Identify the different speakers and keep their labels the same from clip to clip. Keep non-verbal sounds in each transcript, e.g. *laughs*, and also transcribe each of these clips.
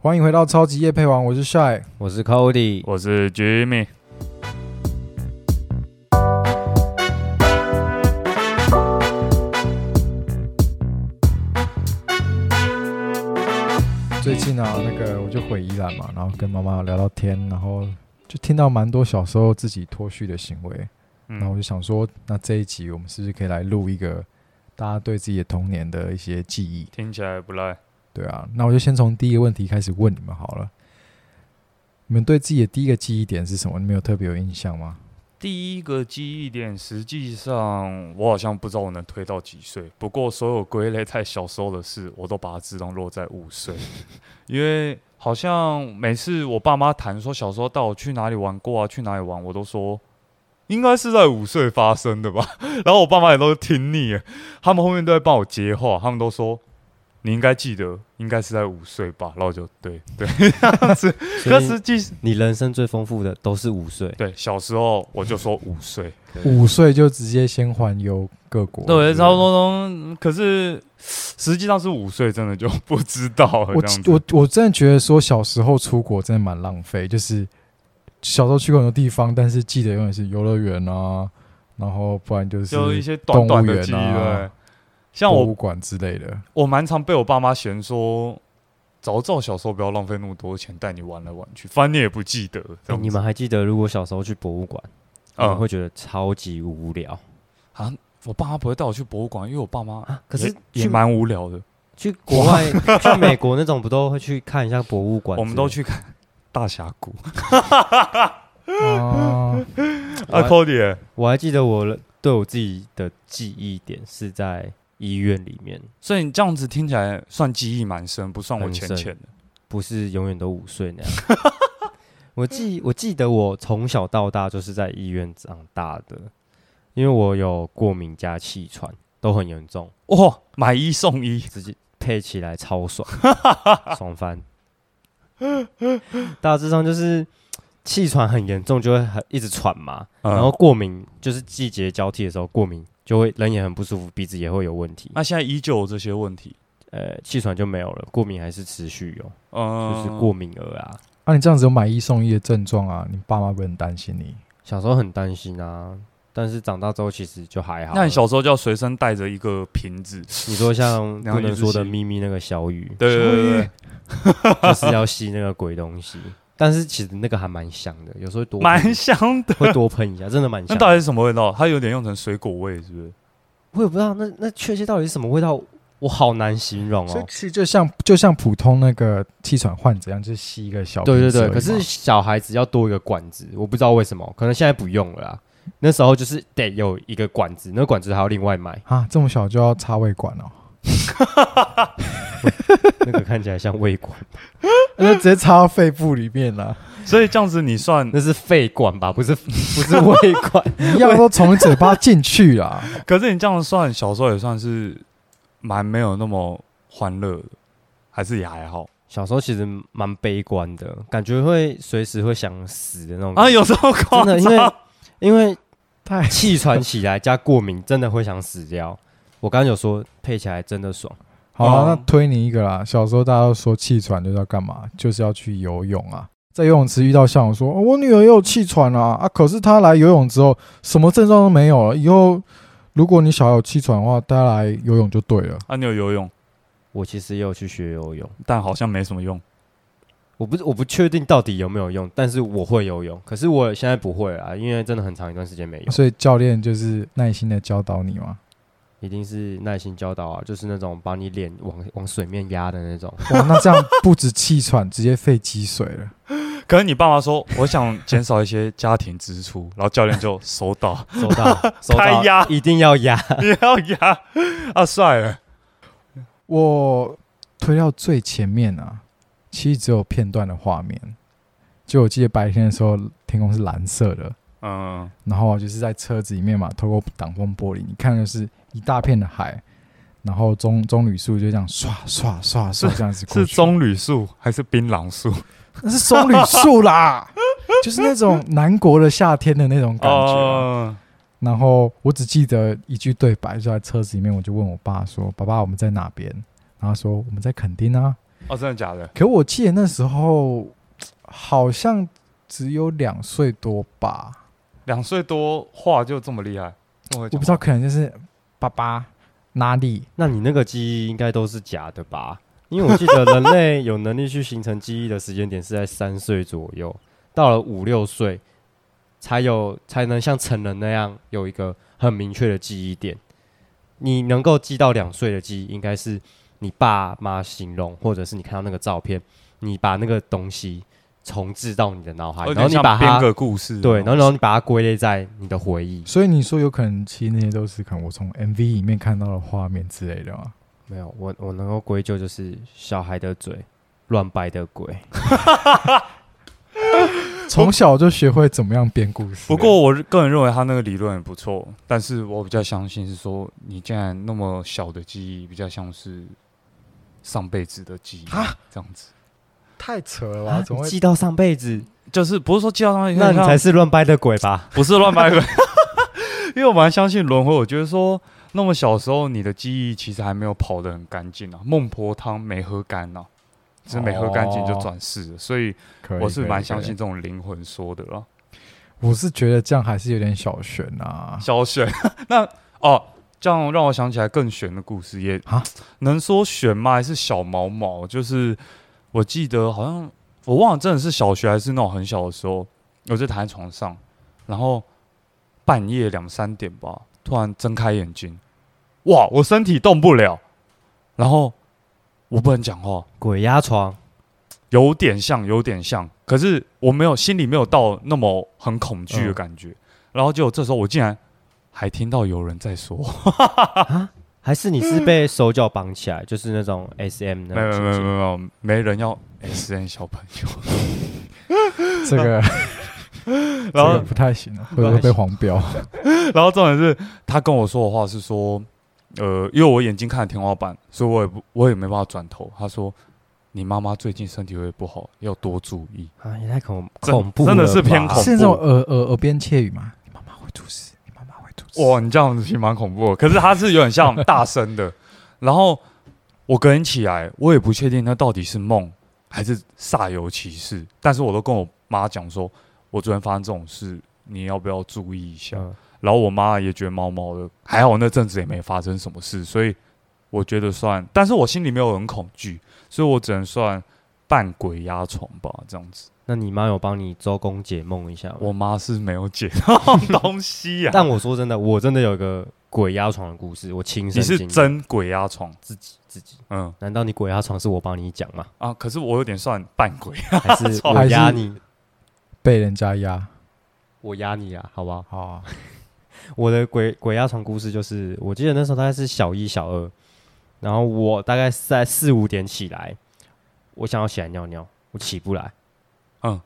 Speaker 1: 欢迎回到超级夜配王，我是 Shy。
Speaker 2: 我是 Cody，
Speaker 3: 我是 Jimmy，
Speaker 1: 最近啊，那个我就回宜兰嘛，然后跟妈妈聊聊天，然后就听到蛮多小时候自己脱序的行为。
Speaker 3: 嗯
Speaker 1: 那我就想说，那这一集我们是不是可以来录一个大家对自己的童年的一些记忆？
Speaker 3: 听起来不赖。
Speaker 1: 对啊，那我就先从第一个问题开始问你们好了。你们对自己的第一个记忆点是什么？你们有特别有印象吗？
Speaker 3: 第一个记忆点，实际上我好像不知道我能推到几岁，不过所有归类在小时候的事，我都把它自动落在五
Speaker 1: *laughs*
Speaker 3: 岁，因为好像每次我爸妈谈说小时候带我去哪里玩过啊，去哪里玩，我都说。应该是在五岁发生的吧， *laughs* 然后我爸妈也都听腻了，他们后面都在帮我接话，他们都说你应该记得，应该是在五岁吧，然后我就对对， *laughs* 这样子，
Speaker 2: 所
Speaker 3: 可
Speaker 2: 以
Speaker 3: 是际
Speaker 2: 你人生最丰富的都是五岁，
Speaker 3: 对，小时候我就说五岁，
Speaker 1: 五岁就直接先环游各国，
Speaker 3: *laughs* 对，
Speaker 1: 不
Speaker 3: 差不。多都。可是实际上是五岁，真的就不知道了
Speaker 1: 我
Speaker 3: 这样子。
Speaker 1: 我我真的觉得说小时候出国真的蛮浪费，就是小时候去过很多地方，但是记得永远是游乐园啊，然后不然就是
Speaker 3: 就一些短
Speaker 1: 动
Speaker 3: 短
Speaker 1: 物
Speaker 3: 的
Speaker 1: 园
Speaker 3: 记忆，
Speaker 1: 啊
Speaker 3: 对。像
Speaker 1: 博
Speaker 3: 我
Speaker 1: 物，馆之类的。
Speaker 3: 我蛮常被我爸妈嫌说，早知道小时候不要浪费那么多钱带你玩来玩去，反正你也不记得。
Speaker 2: 哎
Speaker 3: 这样
Speaker 2: 你
Speaker 3: 子
Speaker 2: 们还记得如果小时候去博物馆，你们
Speaker 3: 嗯
Speaker 2: 会觉得超级无聊
Speaker 3: 啊，我爸妈不会带我去博物馆，因为我爸妈
Speaker 2: 啊？可
Speaker 3: 也
Speaker 2: 是
Speaker 3: 也
Speaker 2: 去
Speaker 3: 蛮无聊的。
Speaker 2: 去国 *laughs* 外去美国那种不都会去看一下博物馆之类的？
Speaker 3: 我们都去看大峡 *laughs* 谷。
Speaker 1: 啊，
Speaker 2: 我还
Speaker 3: 啊 c o d
Speaker 2: 我还记得我对我自己的记忆点是在医院里面，
Speaker 3: 所以你这样子听起来算记忆蛮深，不算我
Speaker 2: 很
Speaker 3: 浅
Speaker 2: 深
Speaker 3: 浅的。
Speaker 2: 不是永远都五岁 *laughs* 那样。我记我记得我从小到大就是在医院长大的，因为我有过敏加气喘，都很严重，
Speaker 3: 哇、买一送一，
Speaker 2: 直接配起来超
Speaker 3: *laughs*
Speaker 2: 爽，爽翻。大致上就是气喘很严重，就会很一直喘嘛，
Speaker 3: 嗯
Speaker 2: 然后过敏就是季节交替的时候过敏。就会人也很不舒服，鼻子也会有问题。
Speaker 3: 那现在依旧有这些问题，
Speaker 2: 呃，气喘就没有了，过敏还是持续有，
Speaker 3: 嗯，
Speaker 2: 就是过敏儿啊。
Speaker 1: 那你这样子有买一送一的症状啊，你爸妈会不会很担心你？
Speaker 2: 小时候很担心啊，但是长大之后其实就还好了。
Speaker 3: 那你小时候就要随身带着一个瓶子，
Speaker 2: 你说像
Speaker 3: 然后
Speaker 2: 不
Speaker 3: 一
Speaker 2: 能
Speaker 3: 直
Speaker 2: 说的
Speaker 3: 吸
Speaker 2: 咪咪那个小
Speaker 3: *laughs*
Speaker 2: 雨，
Speaker 3: 对对对对，
Speaker 2: 就是要吸那个鬼东西，但是其实那个还蛮香的，有时候会多喷
Speaker 3: 对蛮香的。
Speaker 2: *laughs* 会多喷一下，真的蛮
Speaker 3: 那
Speaker 2: 香
Speaker 3: 到
Speaker 2: 的。
Speaker 3: 底是什么味道？它有点用成水果味，是不是？
Speaker 2: 我也不知道那那确切到底是什么味道，我好难形容
Speaker 1: 所以
Speaker 2: 哦。
Speaker 1: 其实就像就像普通那个气喘患者一样，就是吸一个小
Speaker 2: 对对
Speaker 1: 瓶子
Speaker 2: 对，
Speaker 1: 而已
Speaker 2: 可是
Speaker 1: 嘛
Speaker 2: 小孩子要多一个管子，我不知道为什么，可能现在不用了啦。那时候就是得有一个管子，那个管子还要另
Speaker 1: *laughs*
Speaker 2: 外买，
Speaker 1: 啊，这么小就要插胃管哦， *laughs*
Speaker 2: 那个看起来像胃管，
Speaker 1: 那直接插到肺部里面了。
Speaker 3: 所以这样子你 *laughs* 算
Speaker 2: 那是肺管吧？不 *laughs* 是不是胃管，
Speaker 1: 一样都从你嘴巴进去啊啦。
Speaker 3: 可是你这样算小时候也算是蛮没有那么欢乐的，还是也还好
Speaker 2: *laughs* 小时候其实蛮悲观的，感觉会随时会想死的那种
Speaker 3: 啊？
Speaker 2: 感觉
Speaker 3: 有时候夸
Speaker 2: 真的，因为
Speaker 3: 张，
Speaker 2: 因为
Speaker 1: 太
Speaker 2: 气喘起来加过敏，真的会想死掉。我刚刚有说配起来真的爽，
Speaker 1: 好了，那
Speaker 3: 嗯
Speaker 1: 推你一个啦。小时候大家都说气喘就是要干嘛，就是要去游泳啊。在游泳池遇到校友说、哦我女儿也有气喘啊啊，可是她来游泳之后什么症状都没有了。以后如果你小孩有气喘的话，大家来游泳就对了。
Speaker 3: 啊，你有游泳，
Speaker 2: 我其实也有去学游泳，
Speaker 3: 但好像没什么用。
Speaker 2: 我不我不确定到底有没有用，但是我会游泳，可是我现在不会啊，因为真的很长一段时间没
Speaker 3: *laughs*
Speaker 2: 有，
Speaker 1: 所以教练就是耐心的教导你嘛。
Speaker 2: 一定是耐心教导啊，就是那种把你脸往往水面压的那种， *laughs*
Speaker 1: 哇，那这样不止气喘，直接肺积水了。
Speaker 3: 可是你爸妈说，我想减少一些家庭支出，然后教练就收到，
Speaker 2: 收到收到
Speaker 3: 太压，
Speaker 2: 一定要压。
Speaker 3: *laughs* 你要压啊，帅了，
Speaker 1: 我推到最前面啊，其实只有片段的画面。就我记得白天的时候，天空是蓝色的，
Speaker 3: 嗯，
Speaker 1: 然后就是在车子里面嘛，透过挡风玻璃，你看就是一大片的海，然后棕棕榈树就这样刷刷刷刷这样子过
Speaker 3: 是
Speaker 1: 去，
Speaker 3: 棕榈树还是槟榔树？
Speaker 1: 那是棕榈树
Speaker 3: *laughs*
Speaker 1: 啦，就是那种南国的夏天的那种感觉啊、
Speaker 3: 哦
Speaker 1: 然后我只记得一句对白，就在车子里面，我就问我爸说：“爸爸，我们在哪边？”然后他说：“我们在垦丁啊。”
Speaker 3: 哦，真的假的？
Speaker 1: 可我记得那时候好像只有两岁多吧，
Speaker 3: 两岁多话就这么厉害？我
Speaker 1: 我不知道，可能就是爸爸哪里
Speaker 2: 那你那个记忆应该都是假的吧？因为我记得人类有能力去形成记忆的时间点是在三岁左右，到了五六岁才有才能像成人那样有一个很明确的记忆点。你能够记到两岁的记忆，应该是你爸妈形容，或者是你看到那个照片，你把那个东西重置到你的脑海，
Speaker 3: 有
Speaker 2: 然后
Speaker 3: 点
Speaker 2: 你
Speaker 3: 像
Speaker 2: 把
Speaker 3: 编
Speaker 2: 它
Speaker 3: 个故事，
Speaker 2: 对，然后然后你把它归类在你的回忆。
Speaker 1: 所以你说有可能，其实那些都是可能我从 MV 里面看到的画面之类的嘛。
Speaker 2: 没有，我我能够归咎就是小孩的嘴乱掰的 *laughs* 鬼。
Speaker 1: 从小就学会怎么样编故事。
Speaker 3: 不过，我个人认为他那个理论也不错，但是我比较相信是说，你竟然那么小的记忆，比较像是上辈子的记忆
Speaker 1: 啊
Speaker 3: 这样子，
Speaker 1: 太扯了
Speaker 2: 啊
Speaker 1: 吧？怎么
Speaker 2: 你
Speaker 1: 会？
Speaker 2: 记到上辈子，
Speaker 3: 就是不是说记到上面，
Speaker 2: 那你才是乱掰的鬼吧？
Speaker 3: 不是乱掰的， *laughs* 因为我蛮相信轮回。我觉得说，那么小时候你的记忆其实还没有跑得很干净啊，孟婆汤没喝干啊呐、只是没喝干净就转世了，所以
Speaker 1: 哦可以
Speaker 3: 我是蛮相。
Speaker 1: 可以
Speaker 3: 信这种灵魂说的啦。
Speaker 1: 可以我是觉得这样还是有点小悬
Speaker 3: *laughs*
Speaker 1: 啊。
Speaker 3: 小选那哦，这样让我想起来更悬的故事，也
Speaker 1: 啊
Speaker 3: 能说悬吗？还是小毛毛？就是我记得好像我忘了，真的是小学还是那种很小的时候，我就躺在床上，然后半夜两三点吧，突然睁开眼睛，哇，我身体动不了，然后我不能讲话，
Speaker 2: *laughs* 鬼压床，
Speaker 3: 有点像，有点像，可是我没有心里没有到那么很恐惧的感觉。然后结果这时候我竟然还听到有人在说，
Speaker 2: 还是你是被手脚绑起来，就是那种 S M
Speaker 3: 没
Speaker 2: 那
Speaker 3: 有
Speaker 2: 种
Speaker 3: *laughs* 没有没
Speaker 2: 情
Speaker 3: 有
Speaker 2: 景？
Speaker 3: 没有，没人要哎 S N 小朋友。 *laughs*
Speaker 1: 这个这
Speaker 3: 然
Speaker 1: 个
Speaker 3: 后
Speaker 1: 不太行啊，会不会被黄标？
Speaker 3: 然后重点是他跟我说的话是说，呃，因为我眼睛看着天花板，所以我也不我也没办法转头。他说。你妈妈最近身体会不好，要多注意。
Speaker 2: 啊，也太恐
Speaker 3: 真
Speaker 2: 恐怖了吧，
Speaker 3: 真的是偏恐怖
Speaker 1: 是那种耳耳耳边窃语吗？你妈妈会出事，你妈妈会出事。
Speaker 3: 哇，你这样子其实蛮恐怖的。可是他是有点像大声的， *laughs* 然后我隔天起来，我也不确定那到底是梦还是煞有其事。但是我都跟我妈讲说，我昨天发生这种事，你要不要注意一下？
Speaker 2: 嗯
Speaker 3: 然后我妈也觉得毛毛的，还好那阵子也没发生什么事，所以我觉得算，但是我心里没有很恐惧，所以我只能算半鬼压床吧，这样子。
Speaker 2: 那你妈有帮你周公解梦一下吗？
Speaker 3: 我妈是没有解到东西啊呀、
Speaker 2: 但我说真的，我真的有一个鬼压床的故事，我亲身
Speaker 3: 你是
Speaker 2: 经历
Speaker 3: 真鬼压床，
Speaker 2: 自己自己？
Speaker 3: 嗯。
Speaker 2: 难道你鬼压床是我帮你讲
Speaker 3: *laughs*
Speaker 2: 吗？
Speaker 3: 啊，可是我有点算半鬼，
Speaker 2: 还是
Speaker 3: 操
Speaker 2: 我压
Speaker 1: 还是
Speaker 2: 你？
Speaker 1: 被人家压
Speaker 2: 我压你啊，好不好？
Speaker 1: 好啊！
Speaker 2: 我的鬼鬼压床故事就是，我记得那时候大概是小一、小二，然后我大概是在四五点起来，我想要起来尿尿，我起不来，
Speaker 3: 嗯，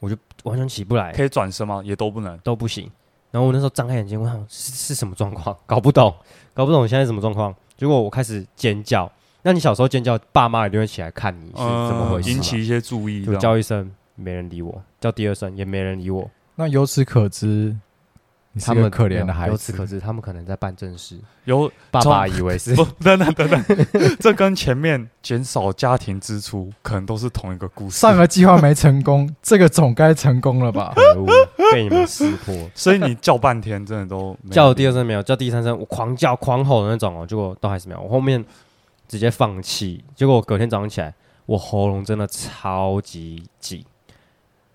Speaker 2: 我就完全起不来
Speaker 3: 可，以转身吗？也都不能。
Speaker 2: 都不行。然后我那时候张开眼睛，我想是是什么状况，搞不懂，搞不懂现在是什么状况。结果我开始尖叫，那你小时候尖叫，爸妈一定会起来看你是怎么回事
Speaker 3: 呃嗯引
Speaker 2: 嘛，
Speaker 3: 起一些注意，
Speaker 2: 就
Speaker 3: 这样
Speaker 2: 叫一声没人理我，叫第二声也没人理我，
Speaker 1: 那由此可知，你是
Speaker 2: 他
Speaker 1: 一个
Speaker 2: 们
Speaker 1: 可怜的孩子。
Speaker 2: 由此可知，他们可能在办正事，
Speaker 3: 有
Speaker 2: 爸
Speaker 3: 从
Speaker 2: 爸以为是
Speaker 3: 不？ *laughs* 等等等等，这跟前面减少家庭支出可能都是同一个故事。
Speaker 1: 上个计划没成功，这个总该成功了吧？
Speaker 2: 可恶，被你们识破。
Speaker 3: *laughs* 所以你叫半天，真的都没
Speaker 2: *laughs*
Speaker 3: 有
Speaker 2: 叫第二声没有，叫第三声我狂叫狂吼的那种哦，结果都还是没有。我后面直接放弃，结果我隔天早上起来，我喉咙真的超级紧，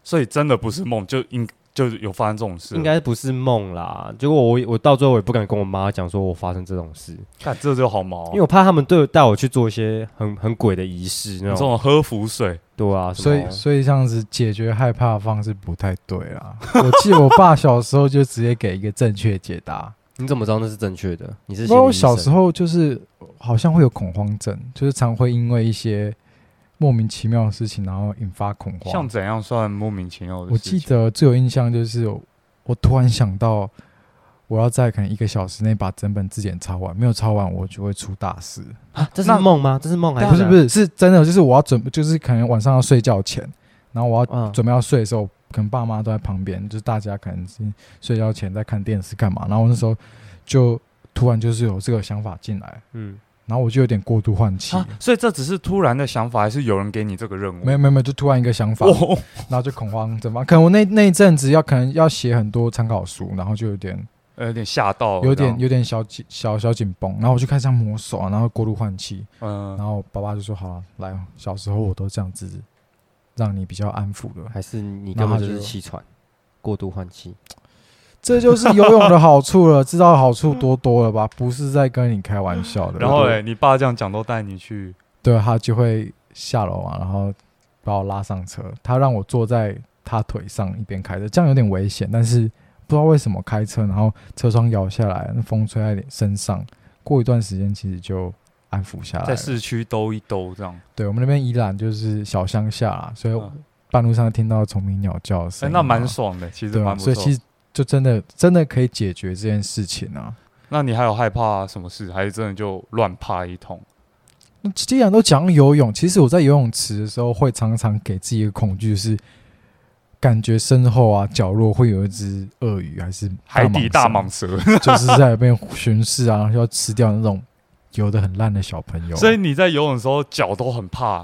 Speaker 3: 所以真的不是梦，就应就有发生这种事。
Speaker 2: 应该不是梦啦。结果我我到最后也不敢跟我妈讲说我发生这种事，
Speaker 3: 看这就好毛哦，
Speaker 2: 因为我怕他们对我带我去做一些很很鬼的仪式那
Speaker 3: 这
Speaker 2: 种。
Speaker 3: 种喝符水，
Speaker 2: 对啊，什
Speaker 1: 所以
Speaker 2: 么
Speaker 1: 所以这样子解决害怕的方式不太对啦。 *laughs* 我记得我爸小时候就直接给一个正确解答，
Speaker 2: 你怎么知道那是正确的？你是
Speaker 1: 因为我
Speaker 2: 心理医
Speaker 1: 小
Speaker 2: 生
Speaker 1: 时候就是好像会有恐慌症，就是常会因为一些莫名其妙的事情，然后引发恐
Speaker 3: 像
Speaker 1: 慌。
Speaker 3: 怎样算莫名其妙的
Speaker 1: 我
Speaker 3: 事情？
Speaker 1: 记得最有印象就是我我突然想到，我要在可能一个小时内把整本字典抄完，没有抄完我就会出大事。
Speaker 2: 啊，这是
Speaker 3: 那
Speaker 2: 梦吗？这是梦还是
Speaker 1: 不是不
Speaker 2: 是？
Speaker 1: 是是真的，就是我要准备，就是可能晚上要睡觉前，然后我要
Speaker 2: 嗯，
Speaker 1: 准备要睡的时候，可能爸妈都在旁边，就是大家可能是睡觉前在看电视干嘛，然后我那时候就突然就是有这个想法进来，
Speaker 2: 嗯，
Speaker 1: 然后我就有点过度换气，
Speaker 3: 啊，所以这只是突然的想法，还是有人给你这个任务？
Speaker 1: 没有没有没有，就突然一个想法，
Speaker 3: 哦，
Speaker 1: 然后就恐慌症嘛。可能我那那一阵子要可能要写很多参考书，然后就有点
Speaker 3: 呃有点吓到，
Speaker 1: 有点有点小紧小小紧绷，然后我就开始这样磨手啊，然后过度换气，
Speaker 3: 这样
Speaker 1: 然
Speaker 3: 嗯，
Speaker 1: 后爸爸就说：“好了，来哦，小时候我都这样子，让你比较安抚了。
Speaker 2: 还是你
Speaker 1: 然
Speaker 2: 根
Speaker 1: 后
Speaker 2: 本就
Speaker 1: 他
Speaker 2: 是
Speaker 1: 就
Speaker 2: 气喘，过度换气。
Speaker 1: 这就是游泳的好处了，知道好处多多了吧？不是在跟你开玩笑的。
Speaker 3: 然后哎，你爸这样讲都带你去，
Speaker 1: 对他就会下楼嘛，然后把我拉上车，他让我坐在他腿上一边开车，这样有点危险，但是不知道为什么开车，然后车窗摇下来，那风吹在脸身上，过一段时间其实就安抚下来
Speaker 3: 在
Speaker 1: 了。
Speaker 3: 市区兜一兜这样。
Speaker 1: 对我们那边宜兰就是小乡下啦，所以
Speaker 3: 嗯
Speaker 1: 半路上听到虫鸣鸟叫的
Speaker 3: 哎
Speaker 1: 声，音啊、
Speaker 3: 那蛮爽的，其实
Speaker 1: 对啊
Speaker 3: 蛮不
Speaker 1: 所
Speaker 3: 错
Speaker 1: 以。其实就真的真的可以解决这件事情啊。
Speaker 3: 那你还有害怕什么事？还是真的就乱拍一通？
Speaker 1: 那既然都嗯讲游泳，其实我在游泳池的时候会常常给自己一个恐惧，就是感觉身后啊角落会有一只鳄鱼还是
Speaker 3: 海底大蟒 *laughs*
Speaker 1: 蟒
Speaker 3: 蛇，
Speaker 1: 蛇，就是在那边巡视啊，然后要吃掉那种游的很烂的小朋友。啊
Speaker 3: *laughs* 所以你在游泳的时候脚都很怕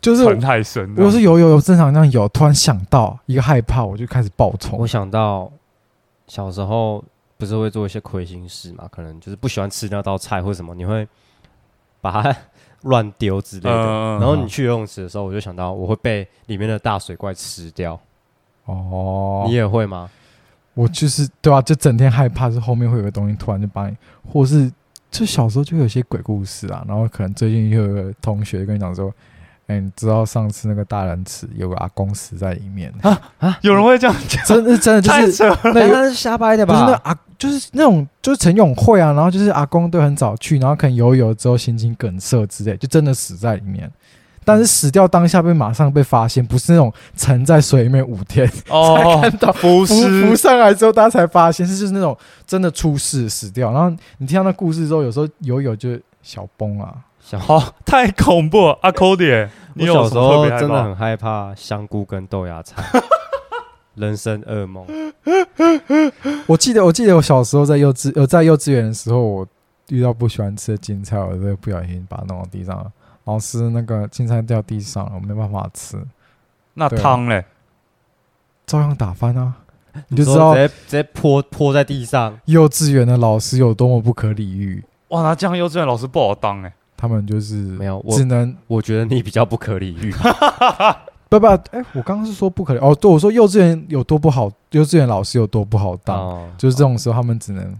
Speaker 1: 就是
Speaker 3: 船太深。
Speaker 1: 我是游游游正常这样游，突然想到一个害怕，我就开始爆
Speaker 2: 我
Speaker 1: 冲。
Speaker 2: 想到小时候不是会做一些亏心事嘛，可能就是不喜欢吃那道菜或什么，你会把它乱丢之类的。
Speaker 3: 嗯，
Speaker 2: 然后
Speaker 1: 嗯
Speaker 2: 你去游泳池的时候，我就想到我会被里面的大水怪吃掉。
Speaker 1: 哦
Speaker 2: 你，也会
Speaker 3: *laughs*
Speaker 2: 吗？
Speaker 1: 我就是对啊，就整天害怕，是后面会有个东西突然就把你，或是就小时候就有一些鬼故事啊，然后可能最近又有个同学跟你讲说，哎、你知道上次那个大人池有个阿公死在里面，
Speaker 3: 嗯有人会这样讲，
Speaker 1: 真的真的就
Speaker 3: 太
Speaker 1: 是 *laughs*
Speaker 3: 扯了。
Speaker 1: 那有。
Speaker 2: 是瞎掰的
Speaker 1: 不是那阿，就是那种就是陈永会啊，然后就是阿公都很早去，然后可能游一游之后心情梗塞之类，就真的死在里面。但是死掉当下被马上被发现，不是那种沉在水里面五天，
Speaker 3: 哦，
Speaker 1: 看到
Speaker 3: 浮
Speaker 1: 浮浮 *laughs*
Speaker 3: 尸，
Speaker 1: 上来之后，大家才发现是就是那种真的出事死掉。然后你听到那故事之后，有时候游一游就小崩啊，
Speaker 2: 小
Speaker 3: 好、 *laughs* 太恐怖了。阿 Cody，你
Speaker 2: 我
Speaker 3: 有
Speaker 2: 小
Speaker 3: 什
Speaker 2: 时
Speaker 3: 么特
Speaker 2: 候
Speaker 3: 别害
Speaker 2: 真的
Speaker 3: 怕？
Speaker 2: 很害怕香菇跟豆芽菜， *laughs* 人生噩梦。
Speaker 1: 我记得我记得我小时候在幼稚呃在幼稚园的时候，我遇到不喜欢吃的青菜，我就不小心把它弄到地上了。老师，那个青菜掉地上了，我没办法吃，
Speaker 3: 那
Speaker 1: 对啊
Speaker 3: 汤嘞？
Speaker 1: 照样打翻啊！你就知
Speaker 2: 你说
Speaker 1: 道
Speaker 2: 直接直接泼泼在地上，
Speaker 1: 幼稚园的老师有多么不可理喻，
Speaker 3: 哇，那这样幼稚园老师不好当哎、 *laughs*
Speaker 1: 他们就是
Speaker 2: 没有我
Speaker 1: 只能
Speaker 2: 我觉得你比较不可理喻。
Speaker 1: 不不，哎，我刚刚是说不可理哦，对，我说幼稚园有多不好，幼稚园老师有多不好当，
Speaker 2: 哦
Speaker 1: 就是这种时候，他们只能，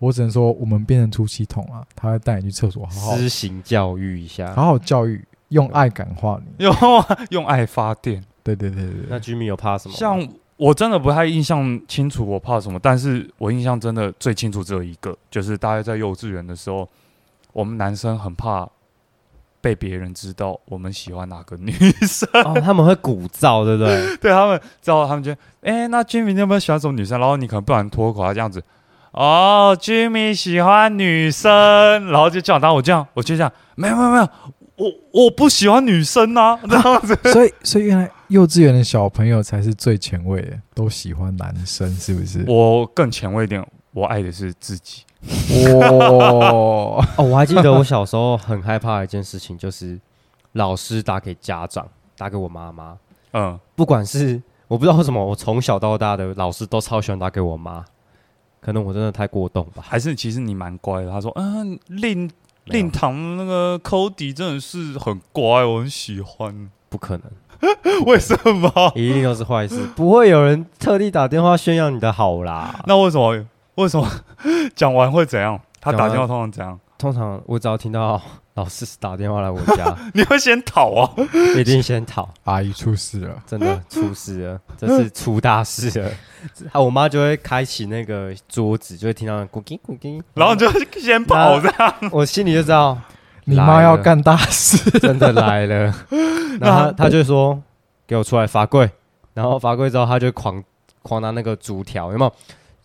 Speaker 1: 我只能说，我们变成出气筒啊，他会带你去厕所，好好
Speaker 2: 施行教育一下。
Speaker 1: 好好教育，用爱感化你。
Speaker 3: 用用爱发电。
Speaker 1: 对对对对
Speaker 2: 那
Speaker 1: 对，
Speaker 2: 居民有怕什么吗？
Speaker 3: 像我真的不太印象清楚我怕什么，但是我印象真的最清楚只有一个，就是大概在幼稚园的时候，我们男生很怕被别人知道我们喜欢哪个女生，
Speaker 2: 哦，他们会鼓噪，对不对？
Speaker 3: 对他们知道他们觉得，哎、那 Jimmy 你有没有喜欢什么女生？然后你可能不然脱口啊这样子，哦，Jimmy 喜欢女生，然后就叫我，然后我这样，我就这样，没有没有没有，我我不喜欢女生啊，这 *laughs* 样子，
Speaker 1: 所以所以原来幼稚园的小朋友才是最前卫的，都喜欢男生，是不是？
Speaker 3: 我更前卫一点，我爱的是自己。
Speaker 1: 哇，
Speaker 2: 哦，我还记得我小时候很害怕的一件事情，就是老师打给家长，打给我妈妈，
Speaker 3: 嗯，
Speaker 2: 不管是我不知道为什么，我从小到大的老师都超喜欢打给我妈，可能我真的太过动吧。
Speaker 3: 还是其实你蛮乖的。他说，嗯、令
Speaker 2: 没有
Speaker 3: 令堂那个 Cody 真的是很乖，我很喜欢。
Speaker 2: 不可能，
Speaker 3: *laughs* 为什么？
Speaker 2: 一定都是坏事，不会有人特地打电话炫耀你的好啦。
Speaker 3: 那为什么？为什么 *laughs* 讲完会怎样？他打电话通常怎样？
Speaker 2: 通常我只要听到老师打电话来我
Speaker 3: *laughs*
Speaker 2: 家，
Speaker 3: 你会先逃啊？
Speaker 2: 一定先逃。
Speaker 1: 阿姨出事了，
Speaker 2: 真的出事了，这是出大事了。啊，我妈就会开启那个桌子，就会听到咕叽咕叽，
Speaker 3: 然后就先跑这样。
Speaker 2: 我心里就知
Speaker 3: *laughs*
Speaker 2: 道
Speaker 1: 你妈
Speaker 2: 来
Speaker 1: 要
Speaker 2: 了
Speaker 1: 干大事。
Speaker 2: 真的来了。然后她她就说：“给我出来罚跪。”然后罚跪之后，她就狂狂拿那个竹条，有没有？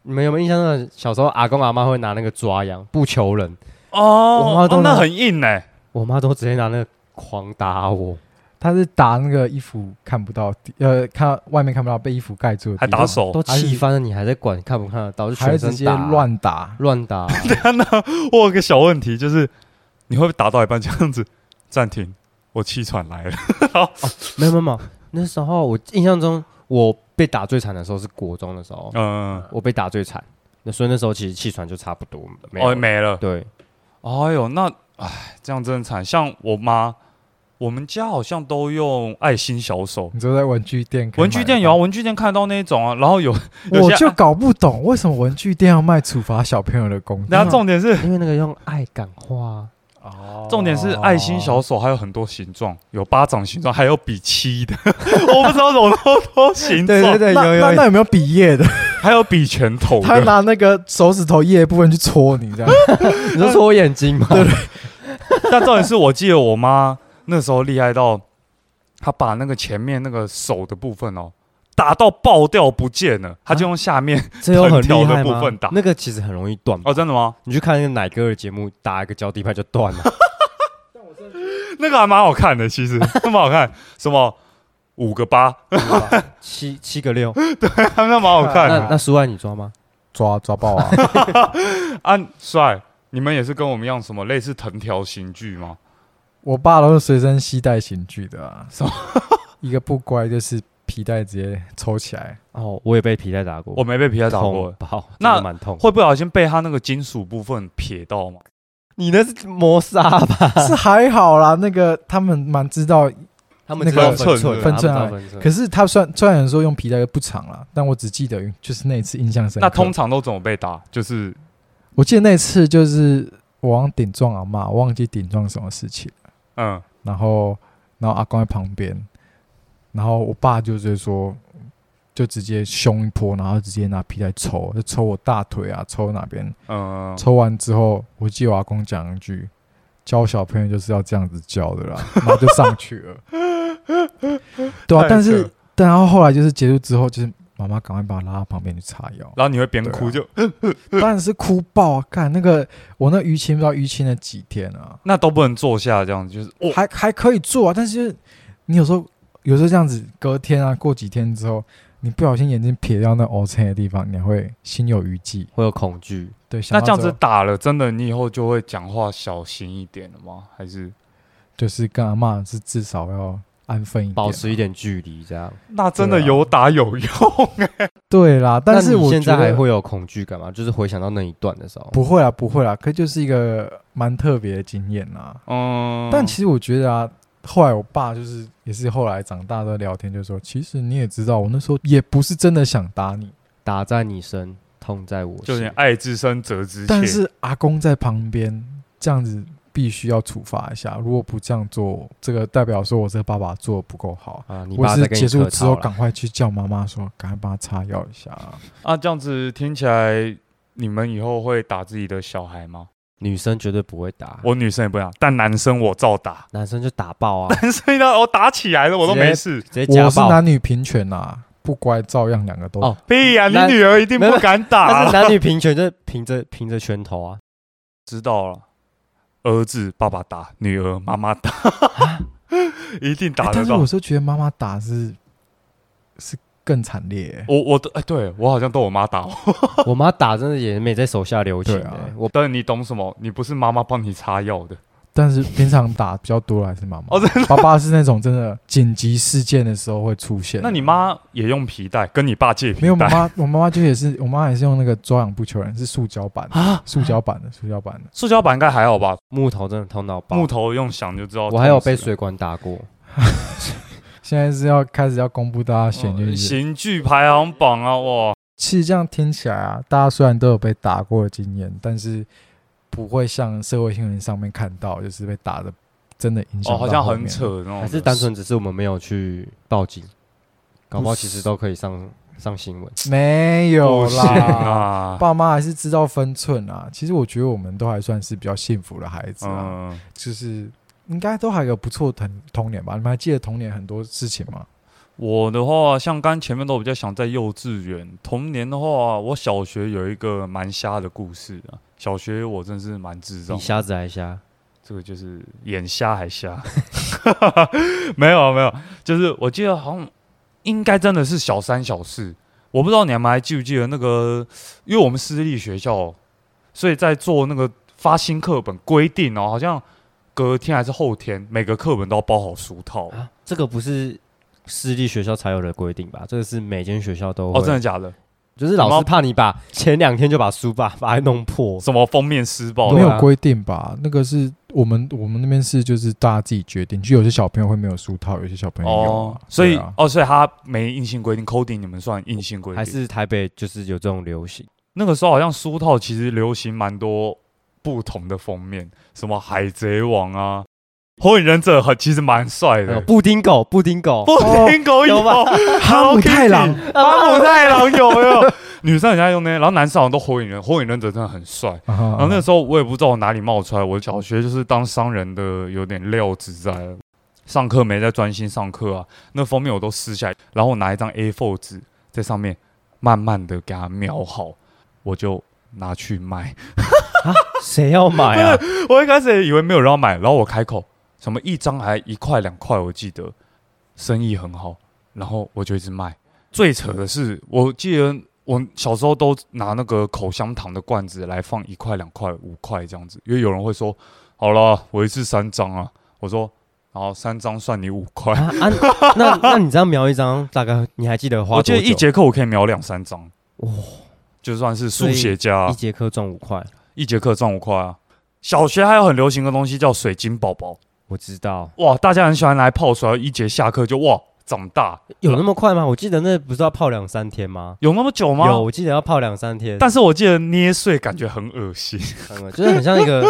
Speaker 2: 你们有没有印象？那个小时候阿公阿妈会拿那个抓羊，不求人，我
Speaker 3: 哦
Speaker 2: 妈
Speaker 3: 哦
Speaker 2: 都，
Speaker 3: 那
Speaker 2: 能
Speaker 3: 很硬哎、
Speaker 2: 我妈都直接拿那个狂打我，
Speaker 1: 他是打那个衣服看不到底，呃，看到外面看不到，被衣服盖住的地
Speaker 3: 还
Speaker 1: 方，
Speaker 3: 打手。
Speaker 2: 都气翻了，你还在管看不看得到？就
Speaker 1: 还
Speaker 2: 全
Speaker 1: 直
Speaker 2: 身
Speaker 1: 接
Speaker 2: 打
Speaker 1: 乱打。
Speaker 2: 乱打，
Speaker 3: 那我有个小问题就是，你会不会打到一半这样子暂停？我气喘来
Speaker 2: *laughs*
Speaker 3: 了，
Speaker 2: 没有没有没有，那时候我印象中我被打最惨的时候是国中的时候，
Speaker 3: 嗯，
Speaker 2: 我被打最惨，那所以那时候其实气喘就差不多没有
Speaker 3: 哦，
Speaker 2: 了。
Speaker 3: 没了。
Speaker 2: 对，
Speaker 3: 哎呦，那哎，这样真的惨。像我妈，我们家好像都用爱心小手，
Speaker 1: 你就在文具店可以买得到，
Speaker 3: 文具店有啊，文具店看得到那一种啊。然后有， *laughs* 有
Speaker 1: 我
Speaker 3: 些
Speaker 1: 就搞不懂为什么文具店要卖处罚小朋友的工具
Speaker 3: 然后重点
Speaker 1: 哦
Speaker 3: 是，
Speaker 2: 因为那个用爱感化，
Speaker 3: 重点是爱心小手还有很多形状，有巴掌形状，还有比七的， *laughs* 我不知道有多多形
Speaker 1: 对对对，
Speaker 3: 状，
Speaker 2: 那
Speaker 1: 有有
Speaker 2: 那
Speaker 1: 那有没有比耶的？
Speaker 3: 还有比拳头
Speaker 1: *laughs* 他
Speaker 3: 的。
Speaker 1: 拿那个手指头叶的部分去戳你，这样
Speaker 2: 你是说我眼睛吗？
Speaker 3: *laughs* 但重点是我记得我妈那时候厉害到，她把那个前面那个手的部分哦。打到爆掉不见了，她就用下面、
Speaker 1: 嗯
Speaker 2: 这有很
Speaker 3: 藤
Speaker 2: 厉
Speaker 3: 条的
Speaker 2: 害
Speaker 3: 部
Speaker 2: 吗
Speaker 3: 分打？
Speaker 2: 那个其实很容易断吧。
Speaker 3: 哦，真的吗？
Speaker 2: 你去看那个奶哥的节目，打一个脚底板就断了。
Speaker 3: 那个还蛮好看的，其实那蛮好看，什么五个八， *laughs*
Speaker 2: 七七个六，
Speaker 3: 他们蛮好看
Speaker 2: 那
Speaker 3: 的
Speaker 2: 那苏安你抓吗？
Speaker 1: 抓抓爆啊！
Speaker 3: 啊，帅。你们也是跟我们一样什么类似藤条刑具吗？
Speaker 1: *laughs* 我爸都是随身携带刑具的、啊，什么 *laughs* 一个不乖就是皮带直接抽起来，
Speaker 2: 哦，我也被皮带打过，
Speaker 3: 我没被皮带打过
Speaker 2: 痛，爆，
Speaker 3: 那
Speaker 2: 真的蛮痛。
Speaker 3: 会不会不小心被他那个金属部分撇到吗？
Speaker 2: 你那是磨砂吧？
Speaker 1: 是还好啦。那个他们蛮知道，
Speaker 2: 他
Speaker 1: 那个
Speaker 2: 分寸啊，
Speaker 1: 分寸啊
Speaker 2: 他们知道分寸
Speaker 1: 可是他虽然虽然说用皮带又不长啦，但我只记得就是那一次印象深刻。
Speaker 3: 那通常都怎么被打？就是
Speaker 1: 我记得那次就是我忘顶撞阿妈，我忘记顶撞什么事情，
Speaker 3: 嗯，
Speaker 1: 然后然后阿公在旁边，然后我爸就直接说，就直接凶一波，然后直接拿皮带抽，就抽我大腿啊，抽哪边，
Speaker 3: 嗯，
Speaker 1: 抽完之后，我记得我阿公讲一句：“教小朋友就是要这样子教的
Speaker 3: *laughs*
Speaker 1: 啦。”然后就上去了。对啊但
Speaker 3: 太，扯
Speaker 1: 是但然后后来就是结束之后，就是妈妈赶快把我拉到旁边去擦
Speaker 3: *laughs*，
Speaker 1: 药
Speaker 3: 然后你会边哭就、
Speaker 1: 当然是哭爆啊！干那个我那淤青不知道淤青了几天啊，
Speaker 3: 那都不能坐下，这样子就是哦，
Speaker 1: 还还可以做啊，但是就是你有时候有时候这样子，隔天啊，过几天之后。你不小心眼睛瞥到那 O 青的地方，你还会心有余悸。
Speaker 2: 会有恐惧。
Speaker 1: 对，想
Speaker 3: 那
Speaker 1: 到
Speaker 3: 这样
Speaker 1: 之
Speaker 3: 子
Speaker 1: 后
Speaker 3: 打了，真的你以后就会讲话小心一点了吗？还是
Speaker 1: 就是跟阿妈是至少要安分一点啊，
Speaker 2: 保持一点距离，这样。
Speaker 3: 那真的
Speaker 1: 对啊
Speaker 3: 有打有用？啊
Speaker 1: 对啦，但是
Speaker 2: 那你
Speaker 1: 我
Speaker 2: 现
Speaker 1: 觉
Speaker 2: 在还
Speaker 1: 得
Speaker 2: 会有恐惧感吗？就是回想到那一段的时候，
Speaker 1: 不会啦，不会啦，可就是一个蛮特别的经验啦。
Speaker 3: *laughs* 嗯，
Speaker 1: 但其实我觉得啊，后来我爸就是也是后来长大的聊天，就说其实你也知道，我那时候也不是真的想打你，
Speaker 2: 打在你身，痛在我心。
Speaker 3: 就有点爱之深责之切。
Speaker 1: 但是阿公在旁边这样子必须要处罚一下，如果不这样做，这个代表说我这个爸爸做的不够好。
Speaker 2: 啊，你
Speaker 1: 我
Speaker 2: 爸
Speaker 1: 是
Speaker 2: 在跟你
Speaker 1: 结束
Speaker 2: 客
Speaker 1: 之后，
Speaker 2: 套了。
Speaker 1: 赶快去叫妈妈说，赶快帮他擦药一下啊。
Speaker 3: 啊，这样子听起来，你们以后会打自己的小孩吗？
Speaker 2: 女生绝对不会打，
Speaker 3: 我女生也不想，但男生我照打。
Speaker 2: 男生就打爆啊，
Speaker 3: *laughs* 男生呢，我打起来了，我都没事。
Speaker 2: 直接家
Speaker 1: 我是
Speaker 2: 暴。
Speaker 1: 男女平权呐、不乖照样两个都
Speaker 2: 哦
Speaker 3: 屁呀、
Speaker 2: 男
Speaker 3: 你女儿一定不敢
Speaker 2: 但
Speaker 3: *laughs* 打
Speaker 2: 是。男女平权，就是凭着凭着拳头啊，
Speaker 3: 知道了，儿子爸爸打，女儿妈妈打， *laughs* 一定
Speaker 1: 哎
Speaker 3: 打
Speaker 1: 但
Speaker 3: 得
Speaker 1: 是
Speaker 3: 到。
Speaker 1: 我是觉得妈妈打是是更惨烈、欸。
Speaker 3: 我我的哎，对我好像都我妈打我。
Speaker 2: 我妈打真的也没在手下留情、
Speaker 1: 对啊
Speaker 2: 欸。我
Speaker 3: 但你懂什么？你不是妈妈帮你擦药的，
Speaker 1: 但是平常打比较多的还是妈妈。
Speaker 3: 哦真
Speaker 1: 爸爸是那种真的紧急事件的时候会出现。
Speaker 3: 那你妈也用皮带，跟你爸借皮
Speaker 1: 没有我妈
Speaker 3: 带。
Speaker 1: 妈？我妈妈就也是，我妈妈也是用那个抓痒不求人，是塑胶板的
Speaker 3: 啊，
Speaker 1: 塑胶板的，塑胶板的。
Speaker 3: 塑胶板应该还好吧？
Speaker 2: 木头真的痛到爆，
Speaker 3: 木头用想就知道痛死了。
Speaker 2: 我还有被水管打过，
Speaker 1: 现在是要开始要公布大家嫌疑
Speaker 3: 嗯
Speaker 1: 人。
Speaker 3: 刑具排行榜啊，哇！
Speaker 1: 其实这样听起来啊，大家虽然都有被打过的经验，但是不会像社会新闻上面看到，就是被打的真的影响
Speaker 3: 哦，
Speaker 1: 到
Speaker 3: 好像
Speaker 1: 后
Speaker 3: 很
Speaker 1: 面
Speaker 3: 扯那种的，
Speaker 2: 还是单纯只是我们没有去报警，搞不好其
Speaker 1: 不
Speaker 2: 实
Speaker 1: 是
Speaker 2: 都可以上上新闻。
Speaker 1: 没有
Speaker 3: 不行
Speaker 1: 啦，
Speaker 3: 啊。
Speaker 1: 爸妈还是知道分寸啊。其实我觉得我们都还算是比较幸福的孩子啊，
Speaker 3: 嗯，
Speaker 1: 就是应该都还有不错的童童年吧？你们还记得童年很多事情吗？
Speaker 3: 我的话，像刚前面都比较想在幼稚园。童年的话，我小学有一个蛮瞎的故事啊。小学我真是蛮智障
Speaker 2: 比，瞎子还瞎，
Speaker 3: 这个就是眼瞎还瞎。 *laughs* 没有没有，就是我记得好像应该真的是小三小四，我不知道你们还记不记得那个，因为我们私立学校，所以在做那个发新课本规定哦，好像隔天还是后天，每个课本都要包好书套。
Speaker 2: 啊，这个不是私立学校才有的规定吧？这个是每间学校都
Speaker 3: 哦，真
Speaker 2: 会，
Speaker 3: 的假的？
Speaker 2: 就是老师怕你把前两天就把书把把它弄
Speaker 3: *laughs*
Speaker 2: 破，
Speaker 3: 什么封面施暴
Speaker 1: 没
Speaker 3: 的？哦
Speaker 1: 有规定吧？那个是我们我们那边是就是大家自己决定，就有些小朋友会没有书套，有些小朋友有
Speaker 3: 哦
Speaker 1: 啊、，
Speaker 3: 所以、
Speaker 1: 对啊
Speaker 3: 哦，所以他没硬性规定，coding 你们算硬性规定？
Speaker 2: 还是台北就是有这种流行？
Speaker 3: 那个时候好像书套其实流行蛮多不同的封面，什么海贼王啊，火影忍者很其实蛮帅
Speaker 2: 还有
Speaker 3: 的。
Speaker 2: 呃
Speaker 1: 呃
Speaker 3: *laughs*
Speaker 2: 布丁狗，布丁狗，
Speaker 3: 不听狗有
Speaker 2: 有吧
Speaker 1: 哦 *laughs* 哈姆太郎，
Speaker 3: 哈姆太
Speaker 1: *laughs*
Speaker 3: 郎有没有？女生很爱用那些，然后男生好像都火影忍，火影忍者真的很帅。
Speaker 1: 然
Speaker 3: 然哦后那时候我也不知道我哪里冒出来，我小学就是当商人的有点料子在了，上课没在专心上课啊，那封面我都撕下来，然后我拿一张 A4 纸在上面慢慢的给它描好，我就拿去卖。
Speaker 2: 谁要买
Speaker 3: *laughs*
Speaker 2: 啊？
Speaker 3: 我一开始也以为没有人要买，然后我开口什么一张还一块两块，我记得生意很好，然后我就一直卖。最扯的是，我记得我小时候都拿那个口香糖的罐子来放一块两块五块这样子，因为有人会说好了，我一次三张啊，我说然后三张算你五块，
Speaker 2: *laughs* 啊啊！那那你这样描一张，大概你还记得花
Speaker 3: 我记
Speaker 2: 多
Speaker 3: 得
Speaker 2: 久？
Speaker 3: 一节课我可以描两三张，
Speaker 2: 哇
Speaker 3: 就算是
Speaker 2: 所
Speaker 3: 数
Speaker 2: 以
Speaker 3: 学家啊、
Speaker 2: 一节课赚五块，
Speaker 3: 一节课赚五块啊。小学还有很流行的东西叫水晶宝宝。
Speaker 2: 我知道
Speaker 3: 哇，大家很喜欢来泡水，然后一节下课就哇长大，
Speaker 2: 有那么快吗？我记得那不是要泡两三天吗？
Speaker 3: 有那么久吗？
Speaker 2: 有，。我记得要泡两三天，
Speaker 3: 但是我记得捏碎感觉很恶心，
Speaker 2: 嗯 *laughs* 就是很像一个